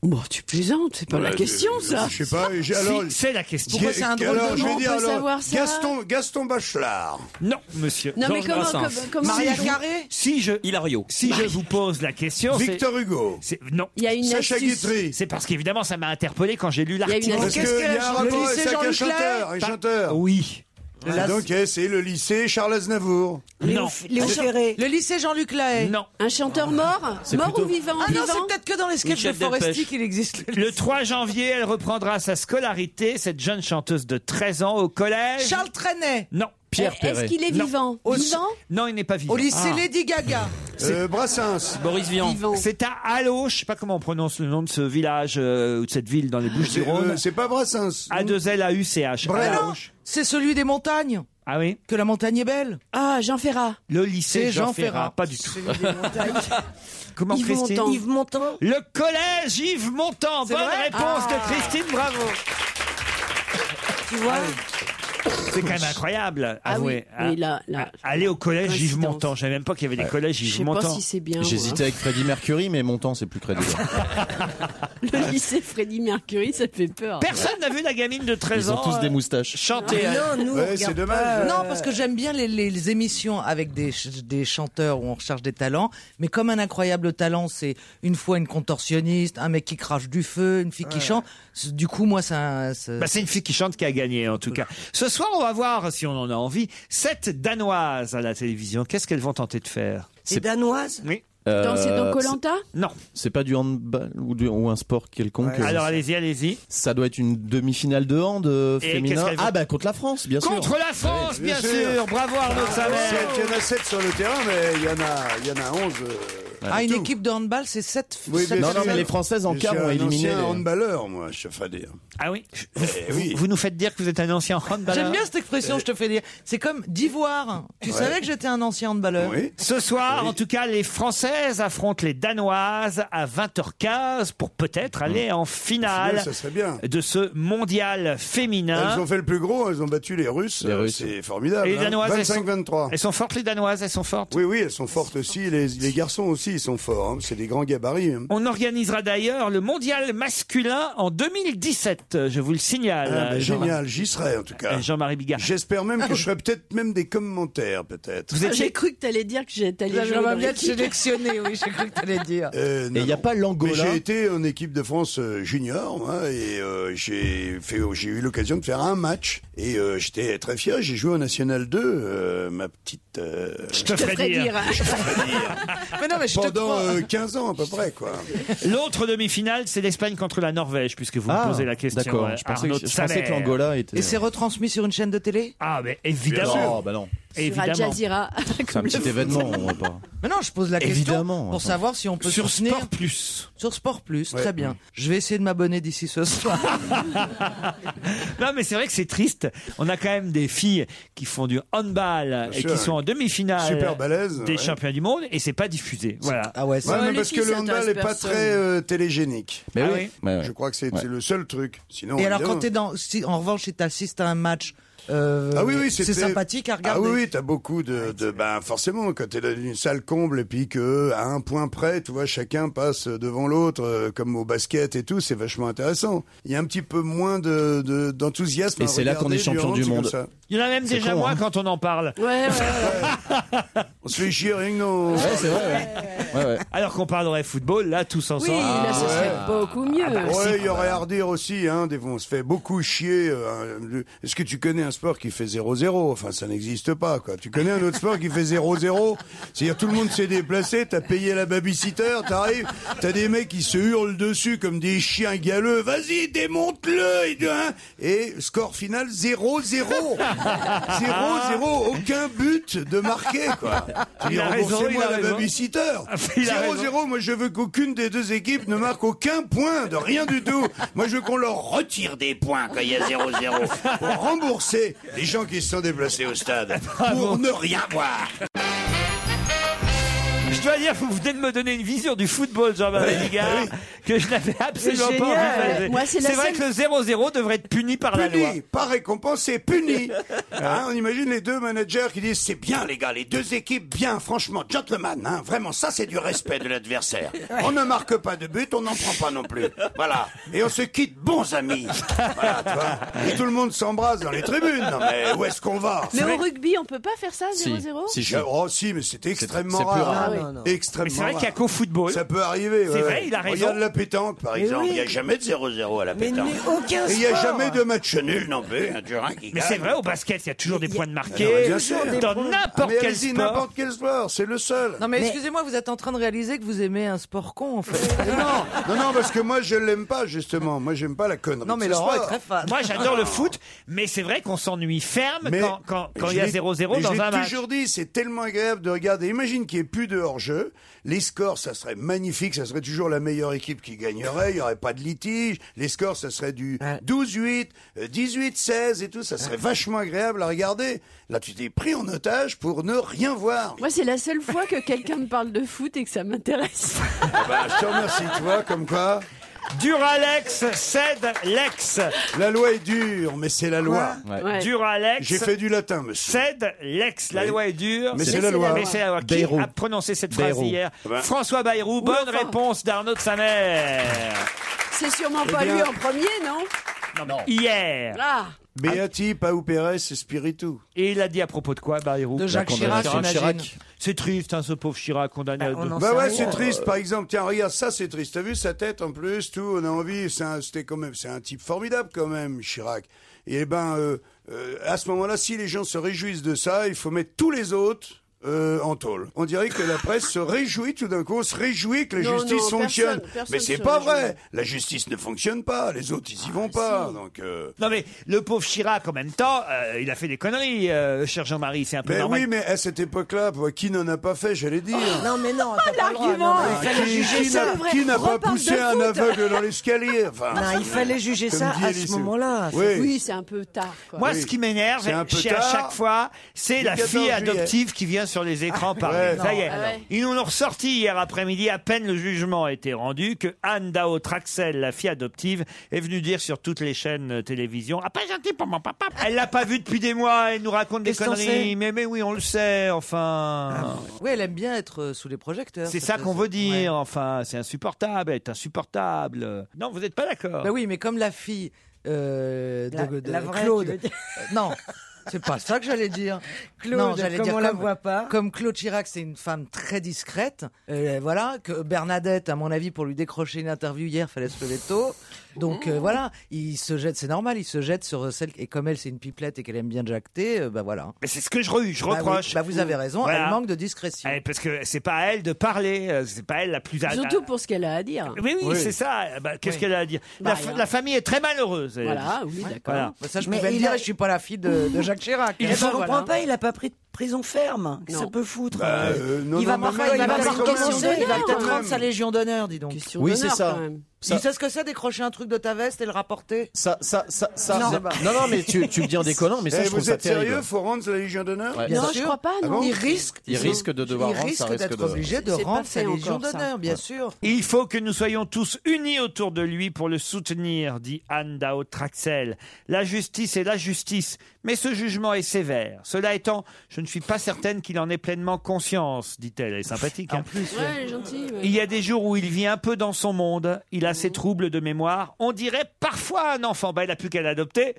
Bon, tu plaisantes, c'est pas Ouais, la Bah, je- question, je ça. Je sais pas. et j'ai- Alors, Si, c'est la question. Pourquoi c'est un drôle de alors, je vais nom, on dire, peut alors, savoir ça Gaston, Gaston Bachelard. Non, monsieur. Non, mais Georges Brassens. comment- comme- comment- Maria je vous- Carré Si je. Hilario. Si je vous pose la question. c'est- Victor Hugo. c'est- Non. Il y a une Sacha astuce. Guitry. C'est parce qu'évidemment, ça m'a interpellé quand j'ai lu y a l'article. une Parce qu'il y a un rapport avec ça qu'un chanteur. Un chanteur. Oui. Ah, donc, eh, c'est le lycée Charles Aznavour. Non. Léo Ferré. Le lycée Jean-Luc Lahaye. Non. Un chanteur mort C'est Mort plutôt- ou vivant Ah non, Vivant c'est peut-être que dans les sketchs de Michel Foresti Delpech. qu'il existe. Le 3 janvier, elle reprendra sa scolarité, cette jeune chanteuse de 13 ans au collège. Charles Trenet. Non. Pierre Est-ce Perret. qu'il est Non. vivant Au- Vivant Non, il n'est pas vivant. Au lycée Ah. Lady Gaga. Euh, Brassens. Boris Vian. C'est à Allo, je sais pas comment on prononce le nom de ce village euh, ou de cette ville dans les Bouches du Rhône. euh, c'est pas Brassens. A 2 L A U C H. Ah non, C'est celui des montagnes. Ah oui Que la montagne est belle. Ah, Jean Ferrat. Le lycée C'est Jean, Jean Ferrat. Ferrat. pas du tout. Comment Yves Christine Montand. Yves Montand. Le collège Yves Montand. C'est Bonne vrai réponse Ah. de Christine, bravo. Ah Tu vois C'est quand même incroyable, Ah oui, avouez. Ah, oui, là, là. Aller au collège Yves Coïncidence. Montand, je savais même pas qu'il y avait des Ouais. collèges Je Yves sais pas Montand. si c'est bien. J'hésitais avec Freddie Mercury, mais mon temps, c'est plus crédible. Le lycée Freddie Mercury, ça fait peur. Personne n'a vu la gamine de 13 Ils ont ans. tous des euh, moustaches. Chanter. Ah Non, parce que j'aime bien les, les- les émissions avec des, ch- des chanteurs où on recherche des talents. Mais comme un incroyable talent, c'est une fois une contorsionniste, un mec qui crache du feu, une fille qui chante. C'est- Du coup, moi, ça. ça- Bah, c'est une fille qui chante qui a gagné, en tout cas. Ce soir, on va voir, si on en a envie, sept Danoises à la télévision. Qu'est-ce qu'elles vont tenter de faire Eh C'est- danoise Oui. Danser dans Colanta Non. Euh, C'est pas du handball ou, du- ou un sport quelconque. euh, Ouais. Alors, allez-y, allez-y. Ça doit être une demi-finale de hand euh, Et qu'est-ce féminin. qu'elle veut- Ah bah contre la France, bien sûr. Contre la France, Ouais, bien, sûr. Bravo Arnaud Ah, de Samer. Il y en a 7 sur le terrain, mais il y en a, il y en a 11. euh, Ah, une tout. équipe de handball, c'est sept. Oui, sept bien femmes. sûr. Je suis quart ont un éliminé ancien les- handballeur, moi, je ferais dire. Ah oui, Eh oui. Vous nous faites dire que vous êtes un ancien handballeur. J'aime bien cette expression, je te fais dire. C'est comme d'ivoire. Tu euh, Ouais. savais que j'étais un ancien handballeur. Ce soir, en tout cas, les Françaises affrontent les Danoises à 20h15 pour peut-être aller en finale Sinon, Hmm. ça serait bien. de ce mondial féminin. Elles ont fait le plus gros, elles ont battu les Russes. euh, C'est formidable. Hein Et les hein. Danoises, elles sont- 25-23. Elles sont fortes, les Danoises, elles sont fortes. Oui, oui, elles sont fortes aussi. Les, les garçons aussi, ils sont forts. hein. C'est des grands gabarits. hein. On organisera d'ailleurs le mondial masculin en 2017, je vous le signale. Ah, bah, Jean-Marie- génial, j'y serai en tout cas. Euh, Jean-Marie Bigard. Ah J'espère même que je ferai peut-être même des commentaires, peut-être. Ah, Vous Ah, J'ai cru que t'allais dire que j'étais J'aimerais allé jouer dans bien te l'équipe. sélectionner, oui, j'ai cru que t'allais dire. et il n'y a pas l'Angola. J'ai été en équipe de France euh, junior moi, et euh, j'ai fait, j'ai eu l'occasion de faire un match et euh, j'étais très fier. J'ai joué au National 2, euh, ma petite. euh, Mais non, mais je te pendant crois. euh, 15 ans à peu près, quoi. L'autre demi-finale, c'est l'Espagne contre la Norvège, puisque vous me Ah, posez la question. d'accord. euh, Je pensais Arnaud que- de je pensais que Samer. l'Angola était- Et c'est retransmis sur une chaîne de télé Ah, mais évidemment. Bien Oh, sûr. Bah non. Sur Évidemment. Al Jazeera. C'est un petit événement, on va pas. Mais non, je pose la Évidemment, question pour attends. savoir si on peut Sur soutenir. Sport Plus. Sur Sport Plus, Ouais. très bien. Je vais essayer de m'abonner d'ici ce soir. Non, mais c'est vrai que c'est triste. On a quand même des filles qui font du handball et sûr, qui sont en demi-finale Super balèze, des ouais. championnats du monde et c'est pas diffusé. Voilà. Ah ouais, Ouais, mais parce que le handball n'est pas très euh, télégénique. Mais Ah oui. oui. Mais ouais. Je crois que c'est Ouais. c'est le seul truc. Sinon, Et alors, évidemment- quand t'es dans. Si, en revanche, si t'assistes à un match, euh, Ah oui, oui, c'est c'était- sympathique à regarder. Ah oui, oui, t'as beaucoup de, de- ben, forcément, quand t'es dans une salle comble et puis que, à un point près, tu vois, chacun passe devant l'autre, euh, comme au basket et tout, c'est vachement intéressant. Il y a un petit peu moins de, de- d'enthousiasme. Et à c'est là qu'on regarder est champion hand, du c'est comme monde. ça. Il y en a même C'est déjà con, moins hein. quand on en parle. On se fait chier, rien que nos- c'est vrai. Alors qu'on parlerait football, là, tous ensemble. là, Ah ce Ah serait ouais. bah beaucoup mieux. bah, Ouais, il y aurait à redire aussi, hein, des fois on se fait beaucoup chier. euh, le- Est-ce que tu connais un sport qui fait 0-0 Enfin, ça n'existe pas, quoi. Tu connais un autre sport qui fait 0-0 C'est-à-dire, tout le monde s'est déplacé, t'as payé la babysitter, t'arrives, t'as des mecs qui se hurlent dessus comme des chiens galeux. Vas-y, démonte-le et, hein, et score final 0-0 0-0 Aucun but de marqué, quoi. Tu dis, Il a raison, remboursez-moi il a la raison. babysitter. Il a raison. 0-0, moi je veux qu'aucune des deux équipes ne marque aucun point de rien du tout. Moi je veux qu'on leur retire des points quand il y a 0-0 pour rembourser les gens qui se sont déplacés au stade Ah pour ne rien voir. Je dois dire, vous venez de me donner une vision du football, Jean-Marie Bigard, que je n'avais absolument C'est pas génial. envisagé. Moi, c'est la vrai seule- que le 0-0 devrait être puni par la loi. Puni, pas récompensé, puni. Hein, on imagine les deux managers qui disent c'est bien les gars, les deux équipes bien, franchement, gentlemen, hein, vraiment ça c'est du respect de l'adversaire. On ne marque pas de but, on n'en prend pas non plus. Voilà. Et on se quitte bons amis. Voilà, tu vois. Et tout le monde s'embrasse dans les tribunes. Non, mais où est-ce qu'on va Mais au rugby, on peut pas faire ça, 0-0 Si, si. Oh, si, mais c'était extrêmement c'est plus rare. rare. Ah, non, non. Extrêmement Mais c'est vrai rare. qu'il y a qu'au football. Ça peut arriver. C'est ouais. vrai, il a raison. Regarde la pétanque, par Mais exemple. oui. Il n'y a jamais de 0-0 à la Mais pétanque. aucun Et il n'y a sport. jamais de match nul non plus. Un Turin qui Mais gagne. c'est vrai, au basket, il y a toujours des points de Ah non, mais marqué. bien sûr. Ah Dans Ah, n'importe Ah, Mais quel allez-y, sport. n'importe quel sport, c'est le seul. Non, mais, excusez-moi, vous êtes en train de réaliser que vous aimez un sport con, en fait. non, non, non, parce que moi je l'aime pas justement. Moi j'aime pas la connerie. Non, mais de ce Laurent est sport. très fan. Moi, j'adore le foot, mais c'est vrai qu'on s'ennuie ferme Ah. Mais- quand, quand, quand mais il y a je l'ai- 0-0 mais dans je l'ai un match. toujours dit, c'est tellement agréable de regarder. Imagine qu'il n'y ait plus de hors jeu. Les scores, ça serait magnifique, ça serait toujours la meilleure équipe qui gagnerait, il n'y aurait pas de litige. Les scores, ça serait du 12-8, euh, 18-16 et tout, ça serait vachement agréable à regarder. Là, tu t'es pris en otage pour ne rien voir. Moi, c'est la seule fois que quelqu'un me parle de foot et que ça m'intéresse. Ah bah, je te remercie, tu vois, comme quoi. Duralex cède l'ex. La loi est dure, mais c'est la loi. Ouais. Duralex. J'ai fait du latin, monsieur. Cède l'ex. La Oui. loi est dure. Mais c'est la loi. Mais c'est la loi. Qui Bayrou. a prononcé cette phrase Bayrou. hier Ah ben. François Bayrou. Bonne enfin. réponse d'Arnaud de sa mère. C'est sûrement Eh pas bien- lui en premier, non Non. Hier. Ah Beati, Pau Pérez, Spiritu. Et il a dit à propos de quoi, Bayrou De Jacques La condamnation Chirac, de j'imagine. C'est triste, hein, ce pauvre Chirac condamné à deux. Bah ouais, c'est triste. Par exemple, tiens, regarde ça, c'est triste. T'as vu sa tête en plus, tout. On a envie. C'est un, c'était quand même, c'est un type formidable quand même, Chirac. Et ben, euh, euh, à ce moment-là, si les gens se réjouissent de ça, il faut mettre tous les autres. euh, en tôle. On dirait que la presse se réjouit tout d'un coup, on se réjouit que la Non, justice non, fonctionne. personne- personne Mais c'est se pas réjouit. Ah, vrai. La justice ne fonctionne pas. Les autres, ils y vont pas. Donc. euh, Non mais le pauvre Chirac en même temps, euh, il a fait des conneries, euh, cher Jean-Marie, c'est un peu Mais normal. Ben oui, mais à cette époque-là, pour- qui n'en a pas fait, j'allais dire. Oh, Non, mais non, t'as pas le droit, Ah, non, non, il fallait qui juger qui ça. n'a- qui n'a pas poussé un aveugle dans l'escalier enfin, euh, Non, il fallait juger Ah. comme ça dit à Elisée. ce moment-là. Oui. Oui, c'est un peu tard. Quoi. Moi, Oui. ce qui m'énerve, C'est un peu c'est à tard. chaque fois, c'est Du la 14 fille juillet. adoptive qui vient sur les écrans Ah, parler. ouais. Ça y est. Non, alors. Ils nous l'ont ressorti hier après-midi, à peine le jugement a été rendu, que Anne Dao Traxel, la fille adoptive, est venue dire sur toutes les chaînes euh, télévision Ah, pas gentil pour mon papa Elle l'a pas vue depuis des mois, elle nous raconte des Qu'est-ce qu'on conneries. sait Mais, mais oui, on le sait, enfin. Oui, elle aime bien être euh, sous les projecteurs. C'est ça cette qu'on chose. veut dire, enfin, c'est insupportable, elle est insupportable. Non, vous n'êtes pas d'accord. Bah oui, mais comme la fille euh, de, La- de- la vraie, Claude. tu veux dire. Euh, non, c'est pas ça que j'allais dire. Claude, non, j'allais comme dire on la voit pas. Comme Claude Chirac, c'est une femme très discrète. euh, voilà, que Bernadette, à mon avis, pour lui décrocher une interview hier, fallait se lever tôt. Donc euh, voilà, il se jette, c'est normal, il se jette sur celle et comme elle, c'est une pipelette et qu'elle aime bien jacter, euh, bah voilà. Mais c'est ce que je, re- je Bah oui, reproche. bah vous avez raison, Voilà. elle manque de discrétion. Eh, parce que c'est pas à elle de parler, euh, c'est pas à elle la plus à- Surtout pour ce qu'elle a à dire. Oui, oui, c'est ça. Bah, Qu'est-ce Oui. qu'elle a à dire Bah, la, fa- rien. la famille est très malheureuse. elle a Voilà, dit. oui, d'accord. Voilà. Bah, ça, je Mais pouvais le il dire, a- et je suis pas la fille de, de Jacques Chirac. Il Eh ne ben, voilà. comprend pas, il n'a pas pris de prison ferme. Qu'est-ce que Ça peut foutre. Bah, euh, non, il va non, mais pas- non, il va mais pas comment recommencer, il va ça peut-être même rendre sa Légion d'honneur, dis donc. Oui, c'est d'honneur, ça. quand même. Ça- Tu sais ce que c'est décrocher un truc de ta veste et le rapporter Ça, ça, ça, ça. Non. Non, non, mais tu, tu me dis en déconnant, mais ça, Eh, je trouve vous ça êtes sérieux terrible. Faut rendre la Légion d'honneur Ouais. Bien Non, sûr. je crois pas, Ah non. bon il risque, Il risque de devoir il rendre, ça risque risque d'être de- obligé de C'est pas rendre sa fait légion encore, ça. d'honneur, bien Ouais. sûr. Il faut que nous soyons tous unis autour de lui pour le soutenir, dit Anne Dao Traxel. La justice est la justice, mais ce jugement est sévère. Cela étant, je ne suis pas certaine qu'il en ait pleinement conscience, dit-elle. Elle est sympathique. hein. Ouais, elle est gentille. ouais. Il y a des jours où il vit un peu dans son monde, il a ses troubles de mémoire, on dirait parfois un enfant. Bah, il a plus qu'à l'adopter.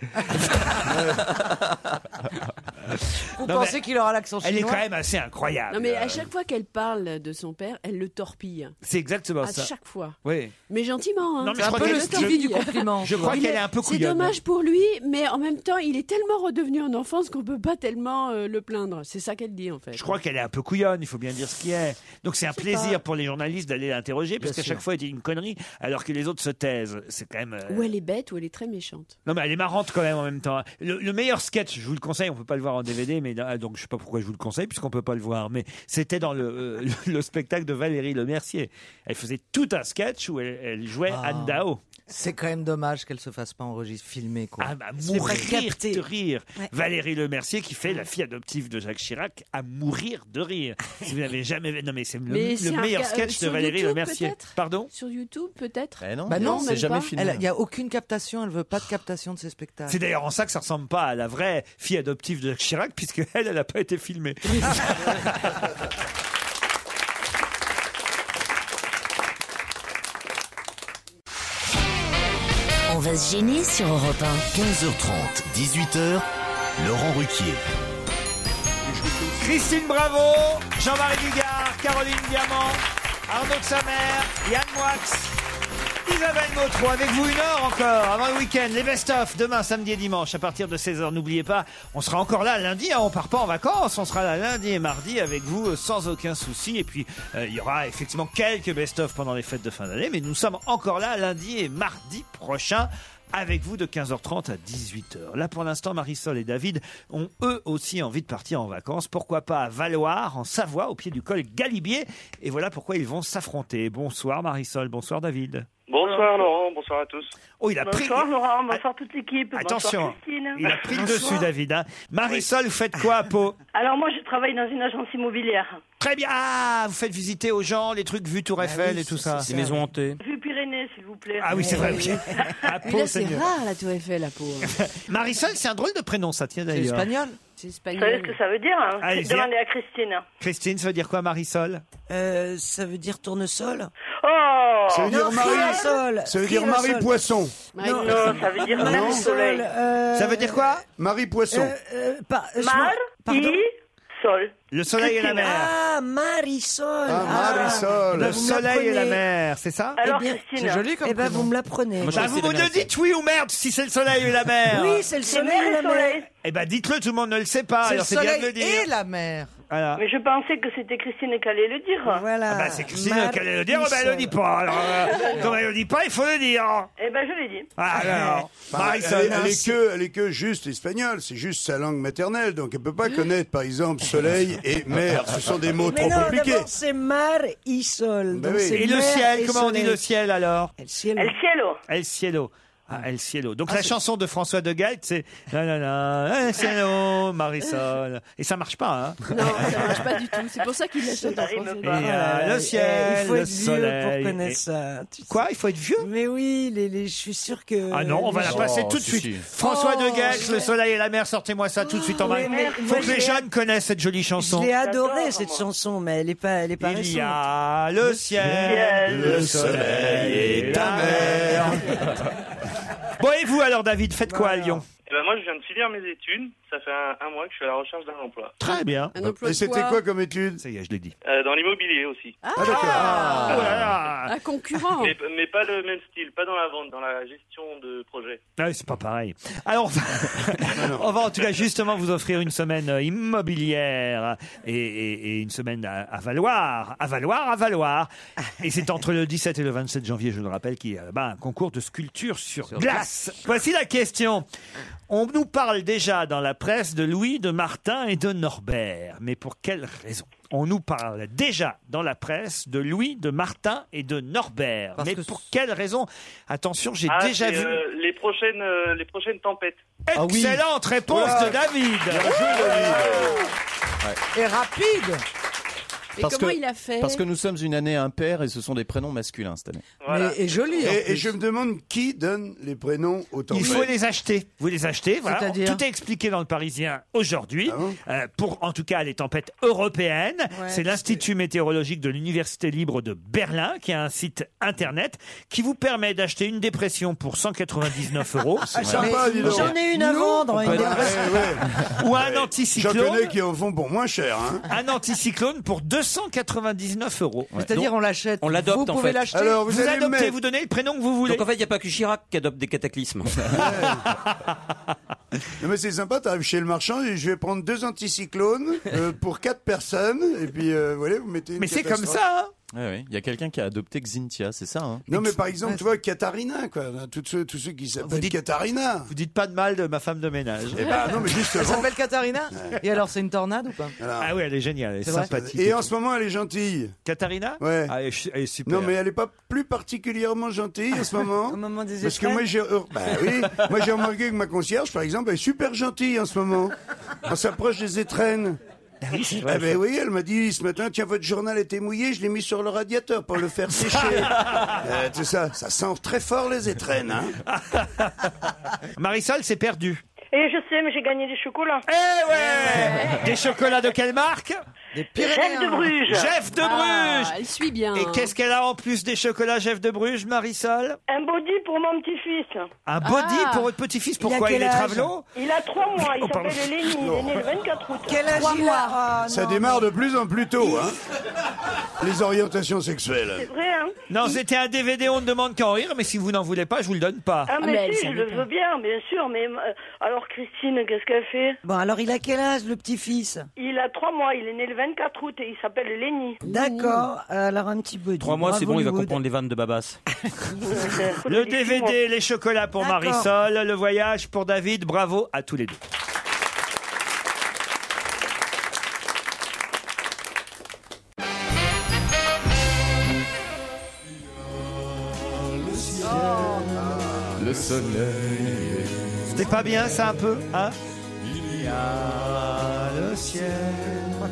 Vous Non, pensez mais qu'il aura l'accent chinois Elle est quand même assez incroyable. Non, mais à chaque fois qu'elle parle de son père, elle le torpille. C'est exactement à ça. chaque fois. Oui. Mais gentiment. Hein. Non, mais C'est je un crois peu qu'elle- le Stevie torpille. du compliment. Je crois Il qu'elle est un peu C'est couillonne. dommage pour lui, mais en même temps, il est tellement redevenu en enfance qu'on peut pas tellement euh, le plaindre. C'est ça qu'elle dit en fait. Je crois qu'elle est un peu couillonne, il faut bien dire ce qui est. Donc c'est un plaisir pas. pour les journalistes d'aller l'interroger, parce Bien qu'à sûr. chaque fois, elle dit une connerie, alors que les autres se taisent. C'est quand même... euh, Ou elle est bête, ou elle est très méchante. Non mais elle est marrante quand même en même temps. hein. Le, le meilleur sketch, je vous le conseille, on peut pas le voir en DVD, mais là, donc je sais pas pourquoi je vous le conseille puisqu'on peut pas le voir. Mais c'était dans le, euh, le, le spectacle de Valérie Le Mercier. Elle faisait tout un sketch où elle, elle jouait Ah. Anne Dao. C'est quand même dommage qu'elle se fasse pas enregistrer, filmer quoi. Ah, bah, Se fait pas mourir capter. de rire. Ouais. Valérie Le Mercier qui fait la fille adoptive de Jacques Chirac à mourir de rire. si vous n'avez jamais vu, non mais c'est le, Ah. Mais le c'est un meilleur regard- euh, sketch de sur Valérie Le YouTube, Mercier. peut-être Pardon Sur YouTube peut-être Bah non, même pas. Elle- Il n'y a aucune captation, elle veut pas de captation de ses spectacles. C'est d'ailleurs en ça que ça ressemble pas à la vraie fille adoptive de Jacques Chirac, puisque elle, elle n'a pas été filmée. On va se gêner sur Europe 1. 15h30, 18h, Laurent Ruquier. Christine Bravo, Jean-Marie Bigard, Caroline Diamant, Arnaud de sa mère, Yann Moix, Isabelle Motro avec vous une heure encore avant le week-end. Les best-of demain, samedi et dimanche à partir de 16h. N'oubliez pas, on sera encore là lundi. hein, on part pas en vacances. On sera là lundi et mardi avec vous euh, sans aucun souci. Et puis, euh, il y aura effectivement quelques best-of pendant les fêtes de fin d'année. Mais nous sommes encore là lundi et mardi prochain. avec vous de 15h30 à 18h. Là, pour l'instant, Marisol et David ont eux aussi envie de partir en vacances. Pourquoi pas à Valoir, en Savoie, au pied du col Galibier. Et voilà pourquoi ils vont s'affronter. Bonsoir Marisol, bonsoir David. Bonsoir Laurent, bonsoir à tous. Oh, il a pris- Bonsoir Laurent, bonsoir toute l'équipe. Attention, bonsoir Christine. il a pris le dessus, David. hein. Marisol, vous faites quoi à Pau Alors moi, je travaille dans une agence immobilière. Très bien. Ah, vous faites visiter aux gens les trucs vus Tour Eiffel et tout ça. c'est Les ça. maisons hantées. Vue Pyrénées, s'il vous plaît. Ah oui, Ah, c'est vrai. ok. À Mais Pau, là, c'est c'est mieux. rare, la Tour Eiffel, la peau. Marisol, c'est un drôle de prénom, ça tient d'ailleurs. C'est Vous savez espagnol. ce que ça veut dire hein Allez, viens. Demandez à Christine. Christine, ça veut dire quoi, Marisol Euh, ça veut dire tournesol Oh Ça veut dire Non, Marie, crisol, ça veut dire crisol. Marie Poisson. Non, non, ça veut dire Non. même soleil. Euh, Ça veut dire quoi Marie Poisson. Mar, i, sol. Le soleil et la mer. Ah, Marisol. Bah, Ah, Le soleil et la mer, c'est ça Eh bien, Eh ben, vous me l'apprenez. Bah, vous me le dites oui ou merde si c'est le soleil ou la mer. Oui, c'est le soleil et la mer. Eh ben dites-le, tout le monde ne le sait pas. C'est le alors c'est bien de le soleil dire. et la mer. Voilà. Mais je pensais que c'était Christine qui allait le dire. Voilà. Ah bah, c'est Christine qui allait le dire, ben, elle le dit pas. Alors, euh, comme elle le dit pas, il faut le dire. Eh ben, je l'ai dit. Ah, alors, Bah, elle, est- Marisol, elle est que, elle est que juste espagnole, c'est juste sa langue maternelle, donc elle peut pas connaître par exemple soleil et mer, ce sont des mots Mmh. Mais trop non, compliqués. d'abord, c'est mar et sol. Bah donc oui. c'est Et le mer ciel, et comment on dit soleil. le ciel alors El cielo. El cielo. Ah, El cielo. Donc la chanson de François de Gaët, c'est la la la El cielo, Marisol. Et ça marche pas. Hein Non, ça marche pas du tout. C'est pour ça qu'il la chante en français. Et, euh, le ciel, Eh, il faut le être vieux soleil, pour connaître et- ça. Quoi Il faut être vieux Ah, Mais oui, les, les, je suis sûr que. Ah non, on va les la gens- passer tout de suite. François Oh, de Gaët, je le l'ai- soleil et la mer, sortez-moi ça tout de suite en main. Oui, mais- Faut moi, que je les l'ai- jeunes connaissent cette jolie chanson. Je l'ai adorée cette chanson, mais elle est pas, elle est pas Il récente. y a le ciel, le soleil et la mer. Bon, et vous alors, David, faites quoi à Lyon Eh ben moi, je viens de finir mes études. Ça fait un, un mois que je suis à la recherche d'un emploi. Très bien. Ah, Un emploi Et de c'était quoi quoi comme étude Ça y est, je l'ai dit. Euh, dans l'immobilier aussi. Ah, Oh là là. Un concurrent. Mais, mais pas le même style, pas dans la vente, dans la gestion de projet. Ah oui, c'est pas pareil. Alors, on va, on va en tout cas justement vous offrir une semaine euh, immobilière et, et- et une semaine à, à Valoir. À Valoir, à Valoir. Et c'est entre le 17 et le 27 janvier, je le rappelle, qu'il y a là-bas un concours de sculpture sur, glace. Voici la question. On nous parle déjà dans la presse de Louis, de Martin et de Norbert. Mais pour quelle raison on nous parle déjà dans la presse de Louis, de Martin et de Norbert. Mais pour quelle raison Attention, j'ai Ah, déjà c'est, vu. euh, les prochaines, euh, les prochaines tempêtes. Ah Excellente réponse Ah Voilà. de David. Et rapide. Et comment il a fait Parce que nous sommes une année impaire et ce sont des prénoms masculins cette année. Mais- et joli, en Et, plus. je me demande qui donne les prénoms aux tempêtes. Il faut les acheter. Vous les achetez. Voilà. C'est-à-dire Ah Tout est expliqué dans le Parisien aujourd'hui. Euh, pour en tout cas les tempêtes européennes. C'est l'Institut météorologique de l'Université libre de Berlin qui a un site internet qui vous permet d'acheter une dépression pour 199 euros. C'est sympa, dis donc. J'en ai une à vendre. une Ah, dépression. ouais, ouais. Ou un Ouais. anticyclone. J'en connais qui en font pour moins cher. hein. Un anticyclone pour 299 euros. C'est-à-dire, Donc, on l'achète. On l'adopte, Vous en pouvez fait. l'acheter. Alors, vous, vous allez adoptez, mettre- vous donnez le prénom que vous voulez. Donc en fait, il n'y a pas que Chirac qui adopte des cataclysmes. Non mais c'est sympa, t'arrives chez le marchand et je vais prendre deux anticyclones euh, pour quatre personnes et puis euh, voilà, vous mettez. une catastrophe. hein. Ouais, Ah ouais. Il y a quelqu'un qui a adopté Xintia, c'est ça hein Non mais par exemple, tu vois Katarina quoi, tous ceux tous ceux qui s'appellent Katarina. Vous dites pas de mal de ma femme de ménage. ah. Eh ben non mais Elle justement. s'appelle Katharina Et alors, c'est une tornade ou pas Ah oui, elle est géniale, elle est C'est vrai sympathique. Et en ce moment, elle est gentille. Katharina Ouais. Ah, elle, est, ch- elle est super. Non mais elle est pas plus particulièrement gentille en ce moment. Au moment des Parce que épreuves. moi j'ai euh, bah oui, moi j'ai remarqué que ma concierge par exemple elle est super gentille en ce moment. On s'approche des étrennes. oui, c'est vrai, Ah ben ça. oui, elle m'a dit ce matin, tiens, votre journal était mouillé, je l'ai mis sur le radiateur pour le faire sécher. Euh, tout ça, ça sent très fort les étrennes. Hein. Ah Marisol, c'est perdu. Et je sais, mais j'ai gagné des chocolats. Eh ouais Des chocolats de quelle marque Des Jeff de Bruges. Jeff de Ah, Bruges elle suit bien. hein. Et qu'est-ce qu'elle a en plus des chocolats Jeff de Bruges, Marisol Un body pour mon petit-fils. Ah. Un body pour votre petit-fils, pourquoi il, est travelot Il a trois mois, il Oh, pardon. s'appelle Lenny, il est né le 24 août. Quel âge Trois il mois. a Ah, ça non. démarre de plus en plus tôt, hein. les orientations sexuelles. C'est vrai, hein Non, c'était un DVD, on ne demande qu'à en rire, mais si vous n'en voulez pas, je vous le donne pas. Ah, mais, si, je le veux bien, bien sûr, mais euh, alors Christine, qu'est-ce qu'elle fait Bon, alors il a quel âge le petit-fils Il a trois mois, il est né le 24 24 août et il s'appelle Lenny. D'accord, Oh, alors un petit peu. Trois mois, c'est bon, il va comprendre les vannes de Babas. Le DVD, les chocolats pour D'accord. Marisol, le voyage pour David. Bravo à tous les deux. Oh. Le soleil. C'était pas bien ça un peu, hein le ciel.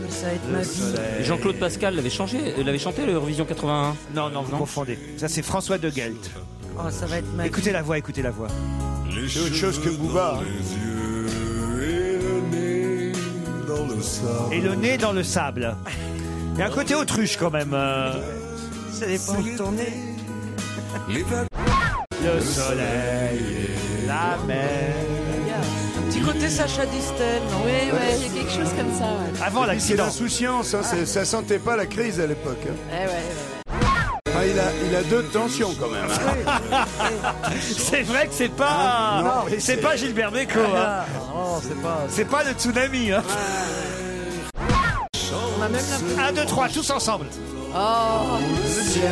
Ça va être ma vie. Jean-Claude Pascal l'avait changé, euh, l'avait chanté l'Eurovision 81. Non, non, vous confondez. Ça, c'est François de Guelte. Oh, ça va être ma Écoutez la voix, écoutez la voix. C'est autre chose que Booba. Et le nez dans le sable. Il y a un côté autruche quand même. euh. Ça dépend de ton nez. Ah Le soleil, la mer. Petit côté Sacha Distel, non Oui, ouais, il y a quelque chose comme ça. Avant Et puis, C'est l'accident. l'insouciance, hein, c'est- ça sentait pas la crise à l'époque. hein. Eh ouais, ouais. Enfin, il, a, il a deux tensions quand même. hein. C'est vrai que c'est pas. non, mais c'est c'est- pas Gilbert Bécaud. hein. c'est pas. C'est pas le tsunami. Hein. On a même l'impression. 1, 2, 3, tous ensemble. Oh, Le ciel,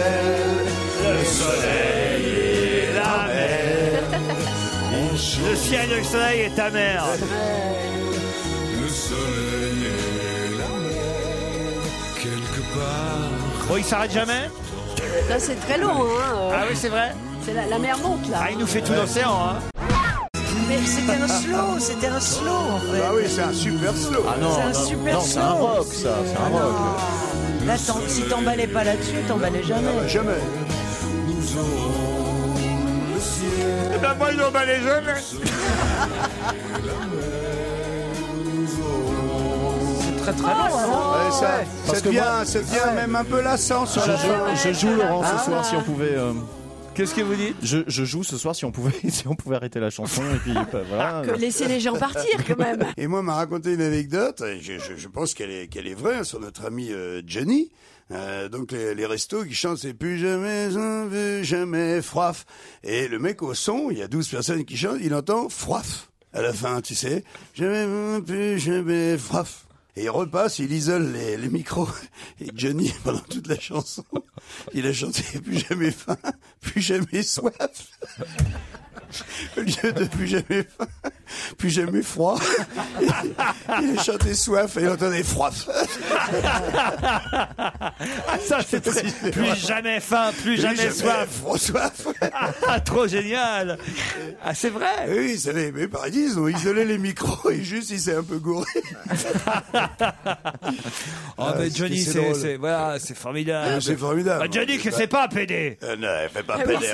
Le soleil et la mer. Le ciel, le soleil et ta mère. Le soleil et la mer, quelque part. Bon, il s'arrête jamais Là, c'est très long. Hein, euh, Ah oui, c'est vrai c'est la, la mer monte, là. Ah, il nous fait tout l'océan. Hein. Mais c'était un slow, c'était un slow Oh, en fait. Ah oui, c'est un super slow. Ah non, C'est un non, super non, c'est un slow. rock ça, c'est Ah un rock. Ah, Là, t'en- si t'emballais pas là-dessus, t'emballais jamais. Jamais. Eh ben, moi, ils ont mal les jeunes. Très très long. Ouais, ça, Parce ça que devient, moi- ça Ah devient même un peu lassant sur Je la fin. joue, je joue, Laurent ce soir si on pouvait. euh, Qu'est-ce que vous dites je, je joue ce soir si on pouvait si on pouvait arrêter la chanson et puis bah, voilà. Que laisser les gens partir, quand même. Et moi, m'a raconté une anecdote, et je, je- je pense qu'elle est, qu'elle est vraie, hein, sur notre ami euh, Johnny. Euh, donc les, les restos qui chantent c'est plus jamais un vu, jamais froif et le mec au son il y a 12 personnes qui chantent il entend froif à la fin tu sais jamais un, plus jamais froif et il repasse il isole les, les micros et Johnny pendant toute la chanson il a chanté plus jamais faim plus jamais soif au lieu de plus jamais faim, plus jamais froid. Il a chanté soif et il entendait froid. Ah, ça, c'est très... Plus jamais faim, plus jamais soif. Froid, soif. Ah, trop génial. Ah, c'est vrai. Oui, c'est les, mais paradis, ils ont isolé les micros et juste il s'est un peu gouré. Oh, mais c'est- Johnny, c'est c'est drôle. c'est- voilà, c'est formidable. Ah, c'est formidable. Ah, Johnny, que c'est pas un PD. Euh, non, elle fait Ah, Oh pas pédé.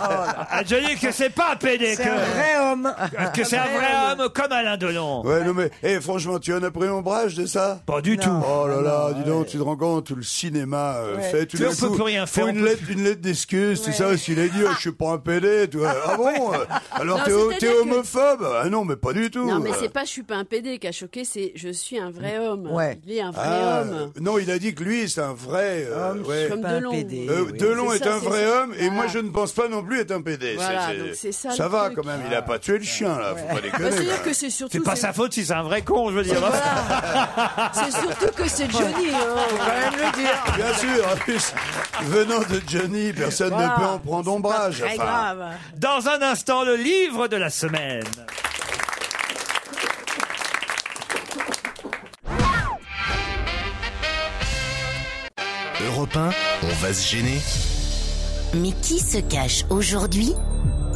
Ah, Johnny, Ah, que c'est pas un PD. C'est un Que, vrai homme. que c'est un vrai homme comme Alain Delon. Ouais, non, mais, eh, franchement, tu en as pris ombrage de ça? Pas du tout. Oh là Ah, là, dis donc, tu te rends compte, tout le cinéma euh, fait, tout Tu d'un sais, on peut coup, plus rien faire, faut Une on peut lettre, une lettre d'excuse, tout ça, s'il a dit, oh, je suis pas un PD, tu vois. Ah bon? euh, Alors Ah. Non, t'es ho- t'es c'est-à-dire que- homophobe? Ah non, mais pas du tout. Non, mais Euh, c'est pas je suis pas un PD qui a choqué, c'est je suis un vrai homme. Ouais. Il est un vrai Ah, homme. euh, Non, il a dit que lui, c'est un vrai. euh, ouais. Comme Pas un Delon. PD. Euh, oui. Delon C'est est, ça, un c'est vrai ça. homme et moi Voilà. je ne pense pas non plus être un PD. Voilà, donc c'est ça, le va truc. quand même, il a pas tué le chien là, faut pas Bah, déconner. C'est-à-dire quoi. que c'est surtout. C'est pas sa faute si c'est un vrai con, je veux dire. C'est surtout que c'est Johnny. hein. Bien sûr, en plus, venant de Johnny, personne Voilà. ne peut en prendre ombrage. Très enfin. grave. Dans un instant, le livre de la semaine. Europe 1, on va se gêner. Mais qui se cache aujourd'hui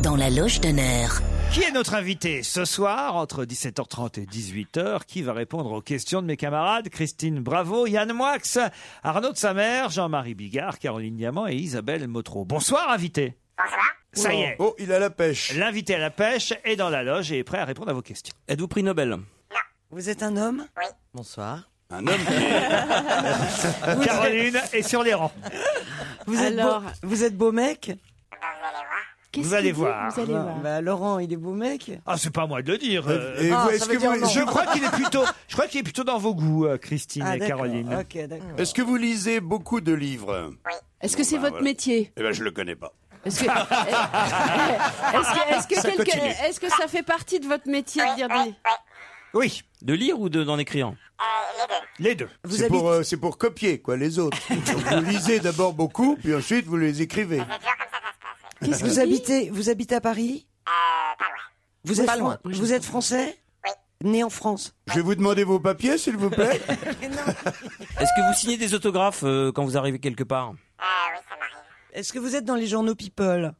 dans la loge d'honneur Qui est notre invité ce soir entre 17h30 et 18h Qui va répondre aux questions de mes camarades Christine Bravo, Yann Moix, Arnaud de sa mère, Jean-Marie Bigard, Caroline Diamant et Isabelle Motro. Bonsoir invité. Ça y est, Oh, il a la pêche. l'invité à la pêche est dans la loge et est prêt à répondre à vos questions. Êtes-vous prix Nobel Vous êtes un homme Bonsoir. Un homme qui est- Caroline est sur les rangs. Vous êtes, Alors- beau, vous êtes beau mec Qu'est-ce Vous allez qu'il dit voir. Vous allez voir. Bah, Laurent, il est beau mec. Ah, c'est pas à moi de le dire. euh, Et Ah, vous, ça est-ce veut que dire vous- non. Je crois qu'il est plutôt, je crois qu'il est plutôt dans vos goûts, euh, Christine Ah, et d'accord. Caroline. Ok, d'accord. Est-ce que vous lisez beaucoup de livres Est-ce que c'est Bah, votre voilà. métier Eh ben, je le connais pas. Est-ce que, est-ce que, est-ce que Ça quelque- continue. est-ce que ça fait partie de votre métier de dire des... Oui. De lire ou de- d'en écrire Les deux. Vous C'est habitez- pour, euh, c'est pour copier, quoi, les autres. Donc, vous lisez d'abord beaucoup, puis ensuite vous les écrivez. Qu'est-ce que vous habitez Vous habitez à Paris Vous êtes, Euh, Pas fran- loin. vous êtes français Né en France Je vais vous demander vos papiers, s'il vous plaît. Est-ce que vous signez des autographes euh, quand vous arrivez quelque part Est-ce que vous êtes dans les journaux People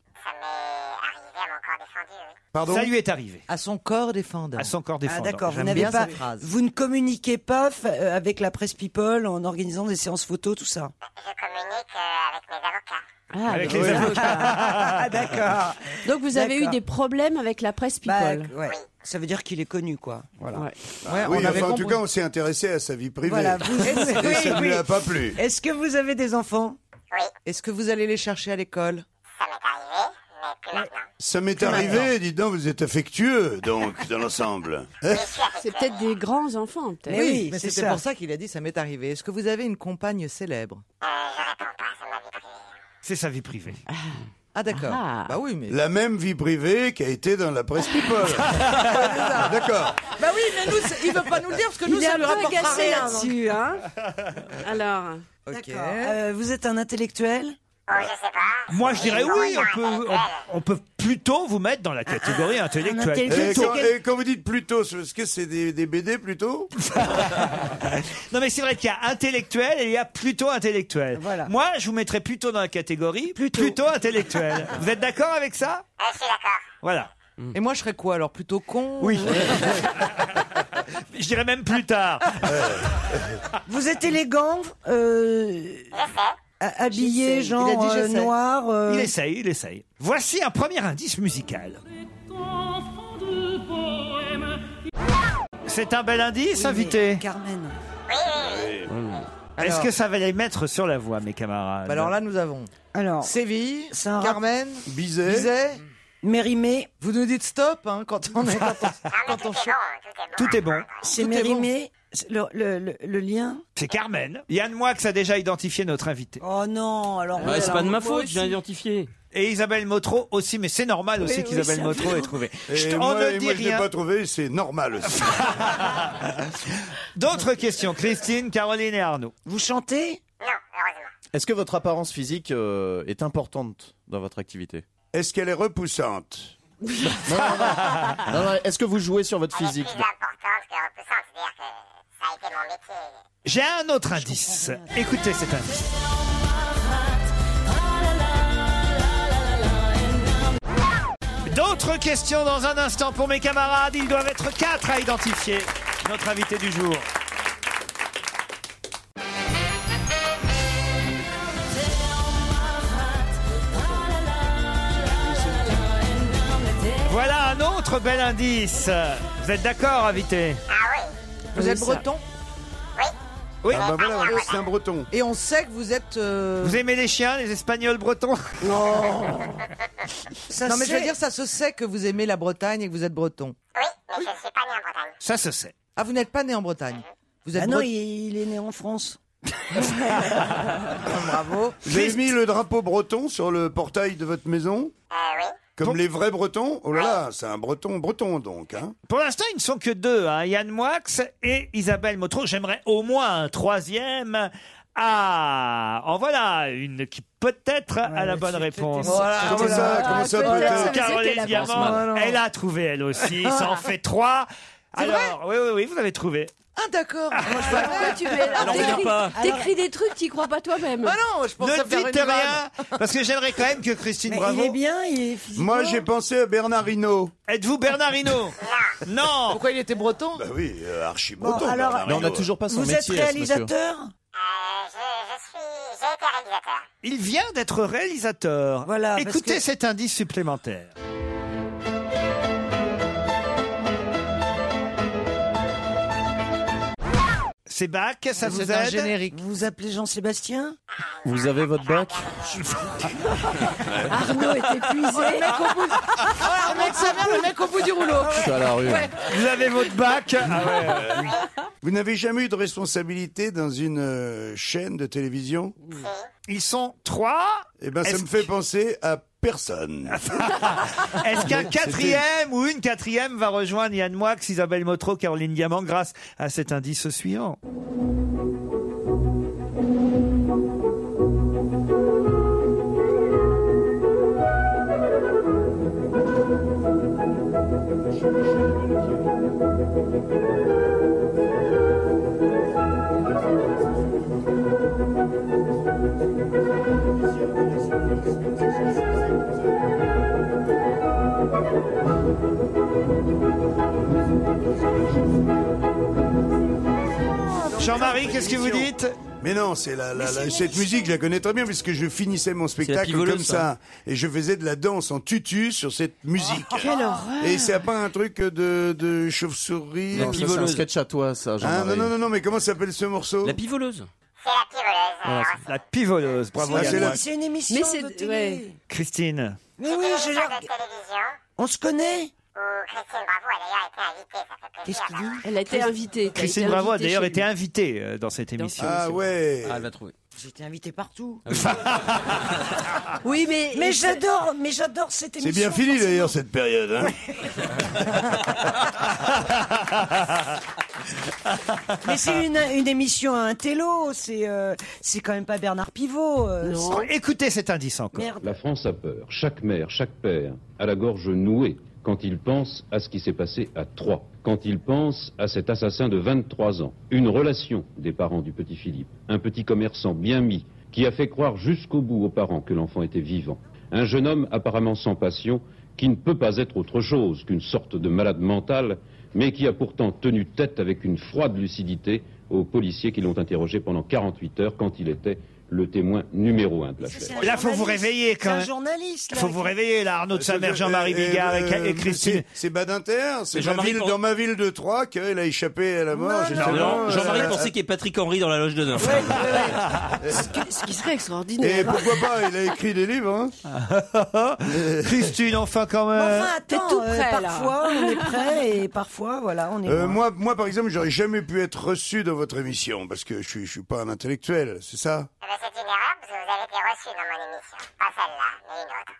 Pardon Ça lui est arrivé. À son corps défendant. À son corps Ah défendant. d'accord, vous J'aime n'avez bien pas, cette phrase. vous ne communiquez pas f- euh, avec la presse People en organisant des séances photos, tout ça. Ah, Avec drôle. les avocats. ah, D'accord. Donc vous avez eu D'accord. des problèmes avec la presse people. Bah, ouais. Ça veut dire qu'il est connu, quoi. Voilà. Bah Ah, oui, enfin, en tout cas, on s'est intéressé à sa vie privée. Voilà, vous- Et ça ne Oui, lui a oui. pas plu. Est-ce que vous avez des enfants Est-ce que vous allez les chercher à l'école Ça m'est Plus arrivé, maintenant. dis donc, vous êtes affectueux, donc, dans l'ensemble. Ah. C'est peut-être des grands enfants, peut-être. oui, mais c'était pour ça qu'il a dit ça m'est arrivé. Est-ce que vous avez une compagne célèbre C'est sa vie privée. Ah d'accord. Bah oui, mais La même vie privée qui a été dans la presse people. D'accord. Bah oui, mais nous, c'est- il veut pas nous le dire parce que nous, Il est ça un lui peu rapportera agacé rien. donc. là-dessus, hein Alors. D'accord. Euh, vous êtes un intellectuel Moi, je dirais oui, on peut, on, on peut plutôt vous mettre dans la catégorie Et intellectuelle. quand, et quand vous dites plutôt, c'est parce que c'est des, des BD plutôt Non, mais c'est vrai qu'il y a intellectuel et il y a plutôt intellectuel. Moi, je vous mettrais plutôt dans la catégorie plutôt, intellectuel. vous êtes d'accord avec ça Voilà. Et moi, je serais quoi alors Plutôt con Oui. je dirais même plus tard. Vous êtes élégant, euh, ha- habillé, J'essaie. genre Il a dit euh, j'essaie. noir. euh, Il essaye, il essaye. Voici un premier indice musical. C'est un bel indice, invité. Carmen. Est-ce Alors- que ça va les mettre sur la voie, mes camarades Bah alors là, nous avons Alors, Séville, c'est un rap- Carmen, Bizet. Bizet. Mérimée. Vous nous dites stop hein, quand on est quand on, Ah, quand on chante. Tout est bon. C'est Tout est Mérimée. c'est Le, le- le- le lien. C'est Carmen. Yann Moix a déjà identifié notre invité. Oh non, alors. Bah, Ouais, Bah, c'est pas de ma faute, je j'ai viens d'identifier. Et Isabelle Motro aussi, mais c'est normal Oui, aussi oui, qu'Isabelle c'est Motro vrai. ait trouvé. Et Chut, on moi, ne et dit moi, je l'ai rien. pas trouvé, c'est normal aussi. D'autres questions, Christine, Caroline et Arnaud. Vous chantez Est-ce que votre apparence physique euh, est importante dans votre activité Est-ce qu'elle est repoussante Ah. Non, non, Est-ce que vous jouez sur votre physique J'ai un autre indice. Écoutez cet indice. D'autres questions dans un instant pour mes camarades. Ils doivent être quatre à identifier notre invité du jour. Voilà un autre bel indice. Vous êtes d'accord, invité Ah Vous êtes breton Oui. Ah bah voilà, c'est un breton. et on sait que vous êtes. euh, Vous aimez les chiens, les Espagnols bretons Non. non mais je veux sait. dire, ça se sait que vous aimez la Bretagne et que vous êtes breton. Ça se sait. Ah, vous n'êtes pas né en Bretagne. Vous êtes Ah non, breton. il, il est né en France. Bravo. J'ai mis le drapeau breton sur le portail de votre maison Comme les vrais bretons Oh là là, c'est un breton breton donc. Hein. Pour l'instant, ils ne sont que deux, hein, Yann Moix et Isabelle Motro. J'aimerais au moins un troisième. Ah, en voilà une qui peut-être a la bonne réponse. Voilà, Comment voilà. ça, comment ça peut-être Euh, Ça veut dire Caroline qu'elle a Diamant, pensé. Voilà. elle a trouvé elle aussi. Ça en fait trois. Alors, oui, oui, oui, vous avez trouvé. Ah d'accord. Moi, je Ah ouais, tu mets- Alors, t'écris- regarde pas. T'écris des trucs, t'y crois pas toi-même. Ah non, je pensais Ne faire dites une vanne. rien, parce que j'aimerais quand même que Christine Mais Bravo. il est bien, il est physiquement- Moi j'ai pensé à Bernard Hinault. Êtes-vous Bernardino Non. Pourquoi il était breton Bah oui, euh, archi Bon, breton. alors- Bernard Mais on n'a Hinault. toujours pas son Vous êtes métier. à ce monsieur. réalisateur Il vient d'être réalisateur. Voilà, parce Écoutez que- cet indice supplémentaire. C'est Bach, ça vous C'est un aide générique. Vous vous appelez Jean-Sébastien Vous avez votre Ah, bac Arnaud est Oh, épuisé. Ah, le mec, sa mère, le mec au bout du rouleau. Je suis à la rue. Vous avez votre bac Ah ouais. Vous n'avez jamais eu de responsabilité dans une euh, chaîne de télévision Ils sont trois Eh ben, ça Est-ce me fait penser à personne. Est-ce qu'un Ah, C'était- quatrième ou une quatrième va rejoindre Yann Moix, Isabelle Motro, Caroline Diamant grâce à cet indice suivant Jean-Marie, qu'est-ce que vous dites mais non, c'est la, la- la- cette musique, je la connais très bien puisque je finissais mon spectacle pivoleuse, comme ça. et je faisais de la danse en tutu sur cette musique. quelle horreur. Et c'est pas un truc de, de chauve-souris. Non, ça, c'est un sketch à toi, ça, Hein, Jean-Marie. non, non, non, non, mais comment s'appelle ce morceau La pivoleuse. La pivoleuse, bravo Ah, c'est Yann la- Moix. C'est une émission Mais c'est- de télé. ouais. Christine Mais oui, je la- On se connaît Qu'est-ce qu'il dit Elle a été invitée. t'as Christine été Bravo a invitée d'ailleurs chez été lui. invitée euh, dans cette émission. Ah ouais elle va trouver. J'étais invité partout. Oui, mais. Mais j'adore, mais j'adore cette émission. C'est bien fini d'ailleurs cette période. Hein Mais c'est une, une émission à un télo, c'est euh, c'est quand même pas Bernard Pivot. euh, c'est- Écoutez cet indice encore. Merde. La France a peur, chaque mère, chaque père, à la gorge nouée, quand il pense à ce qui s'est passé à Troyes, quand il pense à cet assassin de 23 ans, une relation des parents du petit Philippe, un petit commerçant bien mis, qui a fait croire jusqu'au bout aux parents que l'enfant était vivant, un jeune homme apparemment sans passion, qui ne peut pas être autre chose qu'une sorte de malade mental, mais qui a pourtant tenu tête avec une froide lucidité aux policiers qui l'ont interrogé pendant 48 heures quand il était le témoin numéro un de l'affaire. c'est un Là, faut vous journaliste. réveiller, quand C'est un même. journaliste. là, Faut qui- vous réveiller là, Arnaud de sa mère, Jean-Marie Euh, euh, Bigard et- euh, et Christine. c'est- C'est Badinter, c'est ma Jean-Marie ville- Pan- dans ma ville de Troyes qu'elle a échappé à la mort. justement, Non, euh, Jean-Marie pensait qu'il y ait Patrick Henry dans la loge d'honneur. Ce qui- Ce qui serait extraordinaire. Et pourquoi pas, il a écrit des livres. hein. Christine, enfin quand même. Enfin, T'es attends, tout euh, prêt, là. parfois on est prêt et parfois voilà, on est. Euh, loin. moi, moi, par exemple, j'aurais jamais pu être reçu dans votre émission parce que je suis, je suis pas un intellectuel, c'est ça Eh ben,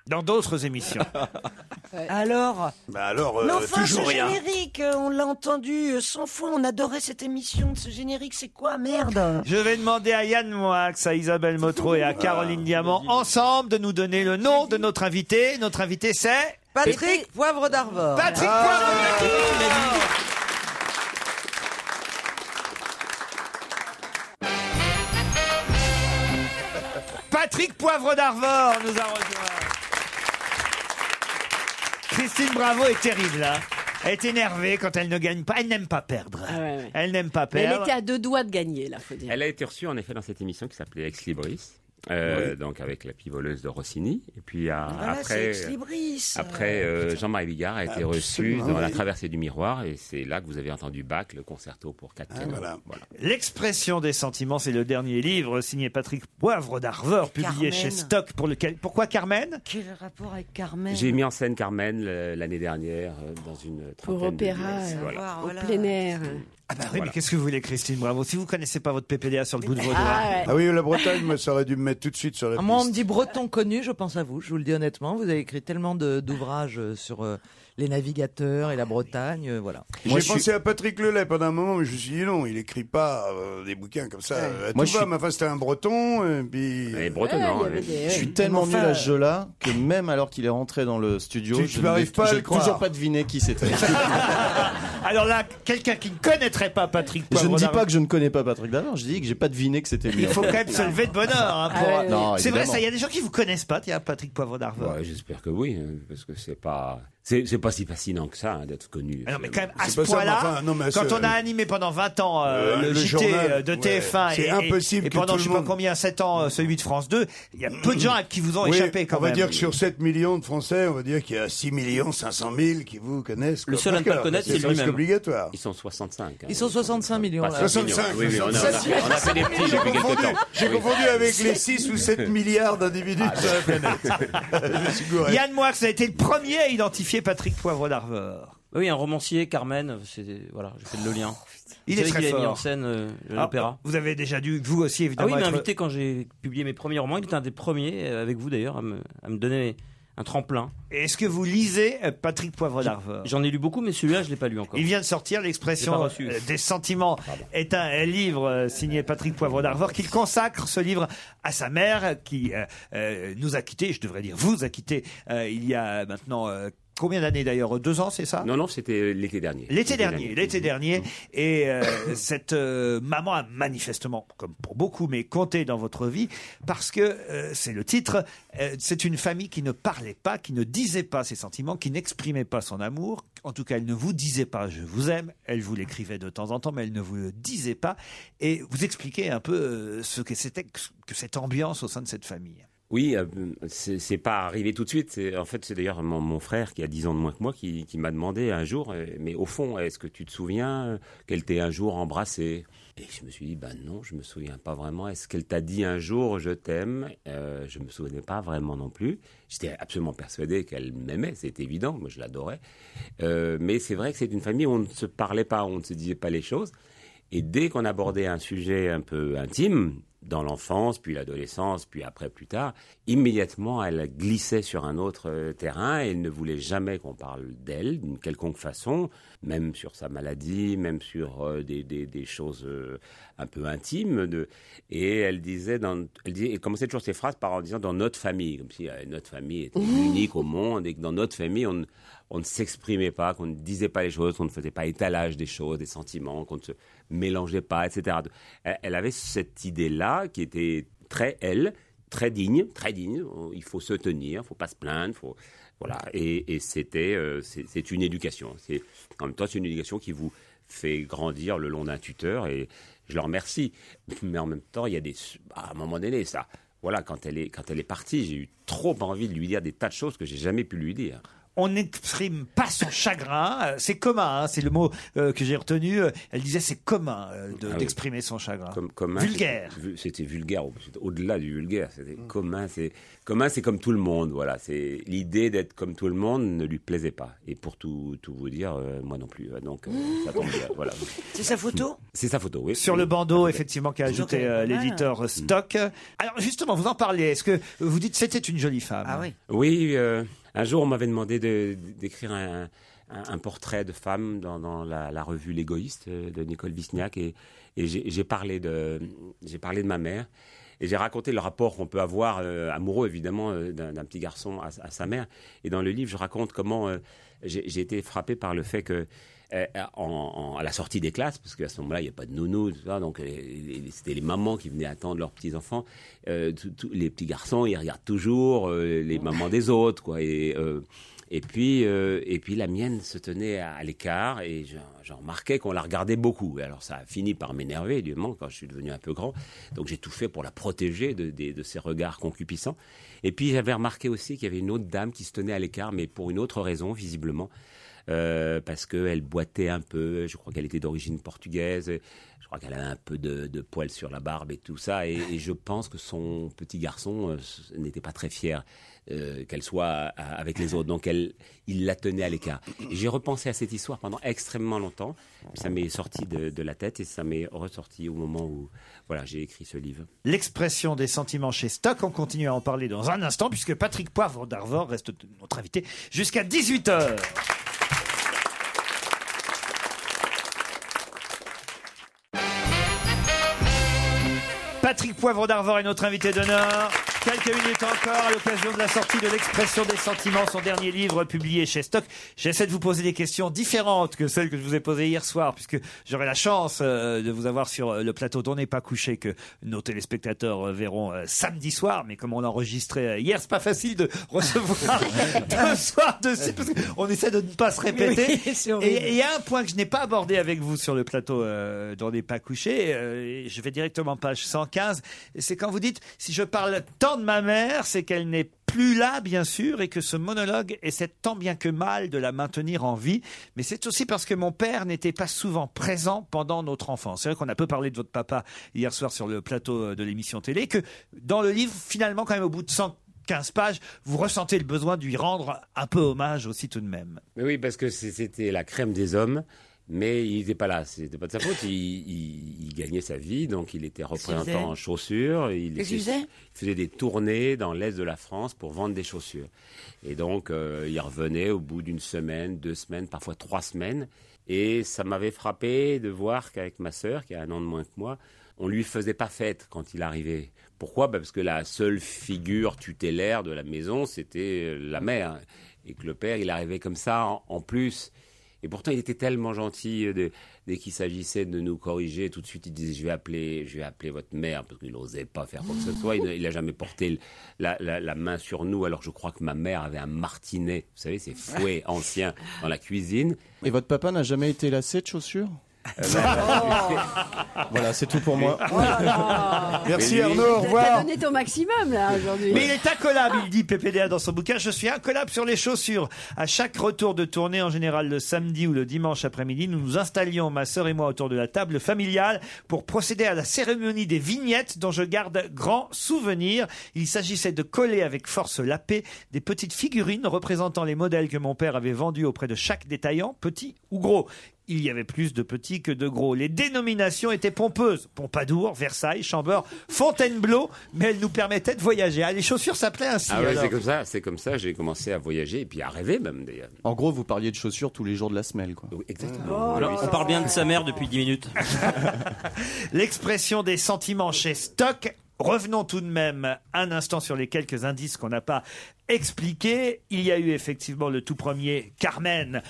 Dans d'autres émissions. Alors. Bah alors, euh, Mais enfin, ce toujours rien. générique, euh, on l'a entendu euh, 100 fois, on adorait cette émission de ce générique, c'est quoi, merde Je vais demander à Yann Moix, à Isabelle Motro Ah, et à Caroline Diamant ensemble de nous donner le nom de notre invité. Notre invité c'est Patrick Poivre d'Arvor. Ah. Patrick Poivre. Patrick Poivre d'Arvor nous a rejoint. Christine Bravo est terrible hein. Elle est énervée quand elle ne gagne pas. Elle n'aime pas perdre. Elle n'aime pas Ah Mais perdre. elle était à deux doigts de gagner, là, faut dire. Elle a été reçue en effet dans cette émission qui s'appelait Ex Libris. euh, Donc avec la pivoleuse de Rossini. Et puis à- Voilà, c'est après, Ex Libris. après euh, Jean-Marie Bigard a été reçu Absolument, dans La oui. traversée du miroir. Et c'est là que vous avez entendu Bach, le concerto pour quatre pianos. Voilà. L'expression des sentiments, c'est le dernier livre signé Patrick Poivre d'Arvor, publié Carmen. chez Stock, pour lequel. Pourquoi Carmen Quel rapport avec Carmen J'ai mis en scène Carmen euh, l'année dernière euh, dans une Pour trentaine de opéra, pièces, euh, voilà. au plein air. Ah bah oui, mais qu'est-ce que vous voulez, Christine Bravo Si vous connaissez pas votre PPDA sur le bout de vos doigts. Ah Ah oui, la Bretagne, moi, ça aurait dû me mettre tout de suite sur la Ah, piste. Moi, on me dit breton connu, je pense à vous, je vous le dis honnêtement. Vous avez écrit tellement de- d'ouvrages euh, sur euh, les navigateurs et la Bretagne, euh, voilà. J'ai pensé à Patrick Lelay pendant un moment, mais je me suis dit non, il écrit pas euh, des bouquins comme ça. euh, à Moi, tout je va, suis- mais enfin, c'était un breton. Et puis... Je suis tellement nul à ce jeu-là que même alors qu'il est rentré dans le studio, Tu- tu je n'arrives n'ai pas à j'ai le croire. toujours pas deviné qui c'était. Alors là, quelqu'un qui ne connaîtrait pas Patrick je Poivre ne dis d'Arvor- pas que je ne connais pas Patrick Davard, je dis que j'ai pas deviné que c'était lui. Il faut quand même se lever de bonheur. hein, pour- Ah ouais, ouais. Non, c'est vrai, évidemment. ça, il y a des gens qui vous connaissent pas, tiens, Patrick Poivre d'Arvor. Ouais, J'espère que oui, hein, parce que c'est pas c'est c'est pas si fascinant que ça hein, d'être connu. Ah non, mais quand même, à C'est ce pas ça, mais point-là, enfin, non, mais quand ce- on a animé pendant 20 ans euh, Euh, le, le JT journal, de ouais. TF1 et- C'est et, impossible et que pendant tout je sais le pas monde- combien, 7 ans, euh, celui de France 2, il y a peu de gens à qui vous ont Oui, échappé quand on va même. dire que sur 7 millions de Français, on va dire qu'il y a 6 millions 500 000 qui vous connaissent. Le quoi, seul à par ne pas le cœur. connaître, C'est c'est presque lui-même. obligatoire. Ils sont 65. hein. Ils sont 65 millions. Pas là. 65, Oui, oui, on a- on a- on a fait des petits J'ai depuis quelque confondu, temps. j'ai Oui. confondu avec les 6 ou 7 milliards d'individus Ah, sur la planète. Je me suis gouré. Yann Moix a été le premier à identifier Patrick Poivre d'Arvor. Oh, Oui, un romancier, Carmen, c'est- voilà, je fais le lien. Il Vous est savez très qu'il a mis fort. en scène euh, Alors, l'opéra. Vous avez déjà dû, vous aussi, Ah oui, évidemment. il m'a être- invité quand j'ai publié mes premiers romans. Il était un des premiers, euh, avec vous d'ailleurs, à me, à me donner un tremplin. Est-ce que vous lisez euh, Patrick Poivre d'Arvor J'en ai lu beaucoup, mais celui-là, je l'ai pas lu encore. Il vient de sortir J'ai pas l'expression reçu. euh, des sentiments. Est un, un livre euh, signé Patrick Poivre d'Arvor qu'il consacre ce livre à sa mère euh, qui euh, euh, nous a quittés, je devrais dire vous a quittés euh, il y a maintenant euh, combien d'années d'ailleurs Deux ans, c'est ça Non, non, c'était l'été dernier. L'été dernier, l'été dernier, et euh, cette euh, maman a manifestement, comme pour beaucoup, mais compté dans votre vie parce que euh, c'est le titre. euh, c'est une famille qui ne parlait pas, qui ne disait pas ses sentiments, qui n'exprimait pas son amour. En tout cas, elle ne vous disait pas "je vous aime". Elle vous l'écrivait de temps en temps, mais elle ne vous le disait pas. Et vous expliquez un peu euh, ce que c'était que que cette ambiance au sein de cette famille. Oui, euh, c'est c'est pas arrivé tout de suite. C'est- En fait, c'est d'ailleurs mon, mon frère qui a 10 ans de moins que moi qui, qui m'a demandé un jour, euh, mais au fond, est-ce que tu te souviens euh, qu'elle t'ait un jour embrassée Et je me suis dit, ben non, je me souviens pas vraiment. Est-ce qu'elle t'a dit un jour je t'aime Euh, Je me souvenais pas vraiment non plus. J'étais absolument persuadé qu'elle m'aimait, c'est évident. Moi, je l'adorais. Euh, mais c'est vrai que c'est une famille où on ne se parlait pas, on ne se disait pas les choses. Et dès qu'on abordait un sujet un peu intime, dans l'enfance, puis l'adolescence, puis après, plus tard, immédiatement, elle glissait sur un autre euh, terrain et elle ne voulait jamais qu'on parle d'elle d'une quelconque façon, même sur sa maladie, même sur euh, des, des- des choses euh, un peu intimes. De... Et elle disait, dans... elle, disait- elle commençait toujours ses phrases par en disant dans notre famille, comme si euh, notre famille était unique au monde et que dans notre famille, on, ne- on ne s'exprimait pas, qu'on ne disait pas les choses, qu'on ne faisait pas étalage des choses, des sentiments, qu'on ne se mélangeait pas, etc. Elle- Elle avait cette idée-là qui était très elle, très digne, très digne. On- Il faut se tenir, il faut pas se plaindre, faut voilà. Et, et c'était, euh, c'est c'est une éducation. C'est en même temps c'est une éducation qui vous fait grandir le long d'un tuteur et je le remercie. Mais en même temps, il y a des bah, à un moment donné ça. Voilà, quand elle est quand elle est partie, j'ai eu trop envie de lui dire des tas de choses que j'ai jamais pu lui dire. on n'exprime pas son chagrin. Euh, C'est commun, hein, c'est le mot euh, que j'ai retenu. Euh, Elle disait c'est commun euh, de- Ah oui. d'exprimer son chagrin. Comme, commun, Vulgaire. c'était- vu- C'était vulgaire, au- c'était au-delà du vulgaire. C'était commun, c'est commun, c'est comme tout le monde. Voilà, c'est l'idée d'être comme tout le monde ne lui plaisait pas. Et pour tout, tout vous dire, euh, moi non plus. Euh, Donc euh, ça tombe bien. Voilà. C'est sa photo C'est sa photo, oui. Ah, Hmm. Sur le bandeau, effectivement, qu'a ajouté euh, Voilà. l'éditeur Stock. Alors justement, vous en parlez. Est-ce que vous dites c'était une jolie femme Ah oui. Oui, euh, un jour on m'avait demandé de- d'écrire un, un- un portrait de femme dans, dans la, la revue L'égoïste euh, de Nicole Bisniac et, et j'ai j'ai parlé, de- j'ai parlé de ma mère et j'ai raconté le rapport qu'on peut avoir, euh, amoureux évidemment, euh, d'un d'un petit garçon à, à sa mère. Et dans le livre, je raconte comment euh, j'ai j'ai été frappé par le fait que euh, en- en- à la sortie des classes, parce qu'à ce moment-là, il n'y a pas de nounou, tout ça, donc euh, les- c'était les mamans qui venaient attendre leurs petits-enfants. Euh, tout- tout- les petits garçons, ils regardent toujours euh, les mamans des autres, quoi. Et, euh, et, puis, euh, et puis la mienne se tenait à, à l'écart et je- j'en remarquais qu'on la regardait beaucoup. Et Alors ça a fini par m'énerver, évidemment, quand je suis devenu un peu grand. Donc j'ai tout fait pour la protéger de, de- de ces regards concupiscents. Et puis j'avais remarqué aussi qu'il y avait une autre dame qui se tenait à l'écart, mais pour une autre raison, visiblement. Euh, parce qu'elle boitait un peu. Je crois qu'elle était d'origine portugaise. Je crois qu'elle avait un peu de, de poils sur la barbe et tout ça. Et, et je pense que son petit garçon euh, s- n'était pas très fier euh, qu'elle soit à- à- avec les autres. Donc elle, il la tenait à l'écart. Et J'ai repensé à cette histoire pendant extrêmement longtemps. Ça m'est sorti de, de la tête et ça m'est ressorti au moment où voilà, j'ai écrit ce livre. L'expression des sentiments chez Stock, on continue à en parler dans un instant puisque Patrick Poivre d'Arvor reste notre invité jusqu'à 18h. Patrick Poivre d'Arvor est notre invité d'honneur. Quelques minutes encore à l'occasion de la sortie de l'expression des sentiments, son dernier livre publié chez Stock. J'essaie de vous poser des questions différentes que celles que je vous ai posées hier soir, puisque j'aurai la chance euh, de vous avoir sur euh, le plateau d'On n'est pas couché que nos téléspectateurs euh, verront euh, samedi soir. Mais comme on enregistrait euh, hier, c'est pas facile de recevoir deux soirs de suite, parce qu'on essaie de ne pas se répéter. Oui, c'est horrible. Et- et il y a un point que je n'ai pas abordé avec vous sur le plateau euh, dans n'est pas couché. euh, et je vais directement page 115. C'est quand vous dites si je parle tant de ma mère, c'est qu'elle n'est plus là, bien sûr, et que ce monologue essaie tant bien que mal de la maintenir en vie. Mais c'est aussi parce que mon père n'était pas souvent présent pendant notre enfance. C'est vrai qu'on a peu parlé de votre papa hier soir sur le plateau euh, de l'émission télé, que dans le livre, finalement, quand même, au bout de 100 15 pages, vous ressentez le besoin de lui rendre un peu hommage aussi tout de même. Mais oui, parce que c'est- c'était la crème des hommes. Mais il n'était pas là, c'était pas de sa faute. Il, il- il gagnait sa vie, donc il était qu'il faisait représentant en chaussures. Il, Qu'est-ce qu'il était- faisait il faisait des tournées dans l'est de la France pour vendre des chaussures. Et donc euh, il revenait au bout d'une semaine, deux semaines, parfois trois semaines. Et ça m'avait frappé de voir qu'avec ma sœur, qui a un an de moins que moi, on lui faisait pas fête quand il arrivait. Pourquoi Bah, Parce que la seule figure tutélaire de la maison, c'était euh, la mère. Et que le père, il arrivait comme ça en- en plus. Et pourtant, il était tellement gentil. euh, de- dès qu'il s'agissait de nous corriger, tout de suite, il disait Je vais appeler, je vais appeler votre mère, parce qu'il n'osait pas faire quoi que ce soit. Il n'a jamais porté le- la, la- la main sur nous. Alors, je crois que ma mère avait un martinet, vous savez, ces fouets anciens dans la cuisine. Euh, Et votre papa n'a jamais été lassé de chaussures Voilà, c'est tout pour moi. Ah. Merci, Mais lui- Arnaud, au T'as revoir. donné ton maximum là aujourd'hui. Mais il est incollable, il dit PPDA dans son bouquin. Je suis incollable sur les chaussures. À chaque retour de tournée, en général le samedi ou le dimanche après-midi, nous nous installions, ma sœur et moi, autour de la table familiale pour procéder à la cérémonie des vignettes dont je garde grand souvenir. Il s'agissait de coller avec force lapée des petites figurines représentant les modèles que mon père avait vendus auprès de chaque détaillant, petit ou gros. Il y avait plus de petits que de gros. Les dénominations étaient pompeuses. Pompadour, Versailles, Chambord, Fontainebleau, mais elles nous permettaient de voyager. Ah, les chaussures s'appelaient ainsi. Ah ouais, alors. c'est comme ça, c'est comme ça, j'ai commencé à voyager et puis à rêver même d'ailleurs. En gros, vous parliez de chaussures tous les jours de la semelle, quoi. Exactement. Alors, on Oh, parle bien de sa mère depuis 10 minutes. L'expression des sentiments chez Stock. Revenons tout de même un instant sur les quelques indices qu'on n'a pas expliqués. Il y a eu effectivement le tout premier Carmen,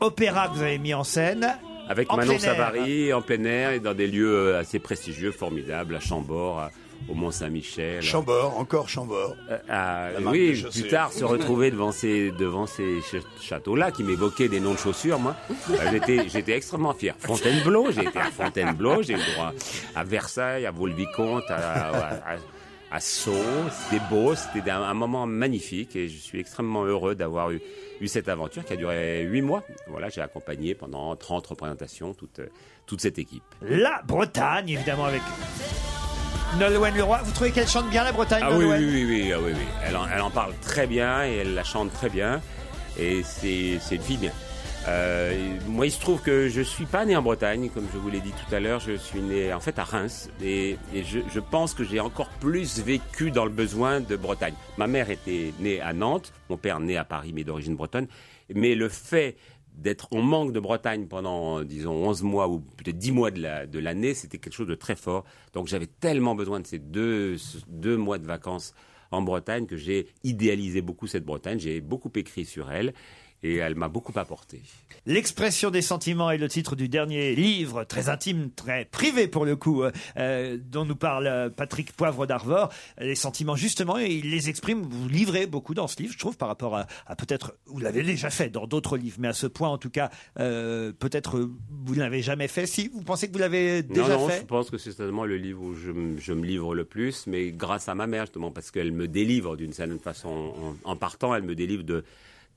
opéra que vous avez mis en scène. Avec en Manon plein air. Savary, en plein air et dans des lieux euh, assez prestigieux, formidables, à Chambord, à- au Mont-Saint-Michel. Chambord, encore Chambord. Euh, euh, La marque de oui, chaussures. plus tard se retrouver devant ces, devant ces ch- châteaux-là qui m'évoquaient des noms de chaussures, moi. Euh, j'étais, j'étais extrêmement fier. Fontainebleau, j'ai été à Fontainebleau, j'ai eu le droit à Versailles, à Vaux-le-Vicomte, à, à, à- à Sceaux. C'était beau, c'était un, un moment magnifique et je suis extrêmement heureux d'avoir eu, eu cette aventure qui a duré huit mois. Voilà, j'ai accompagné pendant 30 représentations toute, euh, toute cette équipe. La Bretagne, évidemment, avec Nolwenn Leroy. Vous trouvez qu'elle chante bien la Bretagne, Ah oui, oui, Nolwenn oui, oui, ah oui, oui. Elle, en, elle en parle très bien et elle la chante très bien. Et c'est c'est une fille bien. Euh, moi, il se trouve que je suis pas né en Bretagne, comme je vous l'ai dit tout à l'heure. Je suis né en fait à Reims et, et je, je pense que j'ai encore plus vécu dans le besoin de Bretagne. Ma mère était née à Nantes, mon père né à Paris, mais d'origine bretonne. Mais le fait d'être en manque de Bretagne pendant, disons, 11 mois ou peut-être 10 mois de la- de l'année, c'était quelque chose de très fort. Donc j'avais tellement besoin de ces deux, ce- deux mois de vacances en Bretagne que j'ai idéalisé beaucoup cette Bretagne. J'ai beaucoup écrit sur elle et elle m'a beaucoup apporté. L'expression des sentiments est le titre du dernier livre, très intime, très privé pour le coup, euh, euh, dont nous parle euh, Patrick Poivre d'Arvor. Les sentiments, justement, et il les exprime, vous livrez beaucoup dans ce livre, je trouve, par rapport à, à peut-être, vous l'avez déjà fait dans d'autres livres, mais à ce point, en tout cas, euh, peut-être euh, vous ne l'avez jamais fait. Si, vous pensez que vous l'avez déjà non, non, fait je pense que c'est certainement le livre où je, me- je me livre le plus, mais grâce à ma mère, justement, parce qu'elle me délivre d'une certaine façon. En, en partant, elle me délivre de,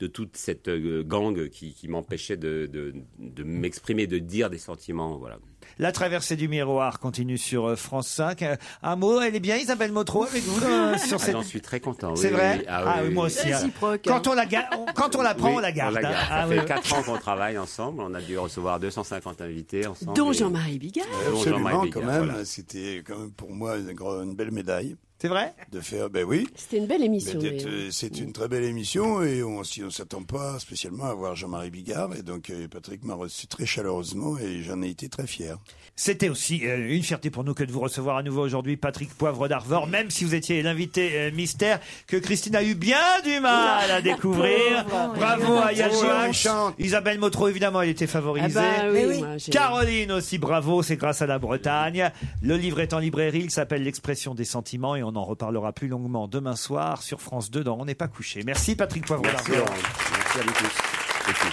de toute cette euh, gangue qui, qui m'empêchait de, de- de m'exprimer, de dire des sentiments. Voilà. La traversée du miroir continue sur euh, France 5. Euh, Un mot, elle est bien, Isabelle Motro, avec vous euh, sur Ah, cette... J'en suis très content. C'est oui, vrai oui. Ah oui, moi aussi, hein. Réciproque, hein. Quand on la ga- on- quand on la prend, on la garde, hein. Ça Ah fait oui. 4 ans qu'on travaille ensemble. On a dû recevoir 250 invités ensemble. Dont et- Jean-Marie Bigard. Dont Jean-Marie Absolument, Bigard, quand même. voilà. C'était quand même pour moi une, gro- une belle médaille. C'est vrai De faire, ben oui. C'était une belle émission. Mais d'être- d'ailleurs. euh, C'est une très belle émission et on ne s'attend pas spécialement à voir Jean-Marie Bigard. Et donc euh, Patrick m'a reçu très chaleureusement et j'en ai été très fier. C'était aussi euh, une fierté pour nous que de vous recevoir à nouveau aujourd'hui, Patrick Poivre d'Arvor, même si vous étiez l'invité euh, mystère que Christine a eu bien du mal à découvrir. Pauvre. Bravo à On Yajoax. chante. Isabelle Motro, évidemment, elle était favorisée. Ah bah oui, Mais oui. moi, j'ai- Caroline aussi, bravo, c'est grâce à la Bretagne. Le livre est en librairie, il s'appelle L'expression des sentiments et on en reparlera plus longuement demain soir sur France 2 dans On n'est pas couché. Merci Patrick Poivre Merci, d'Arvor. Laurent. Merci à vous tous. Et puis-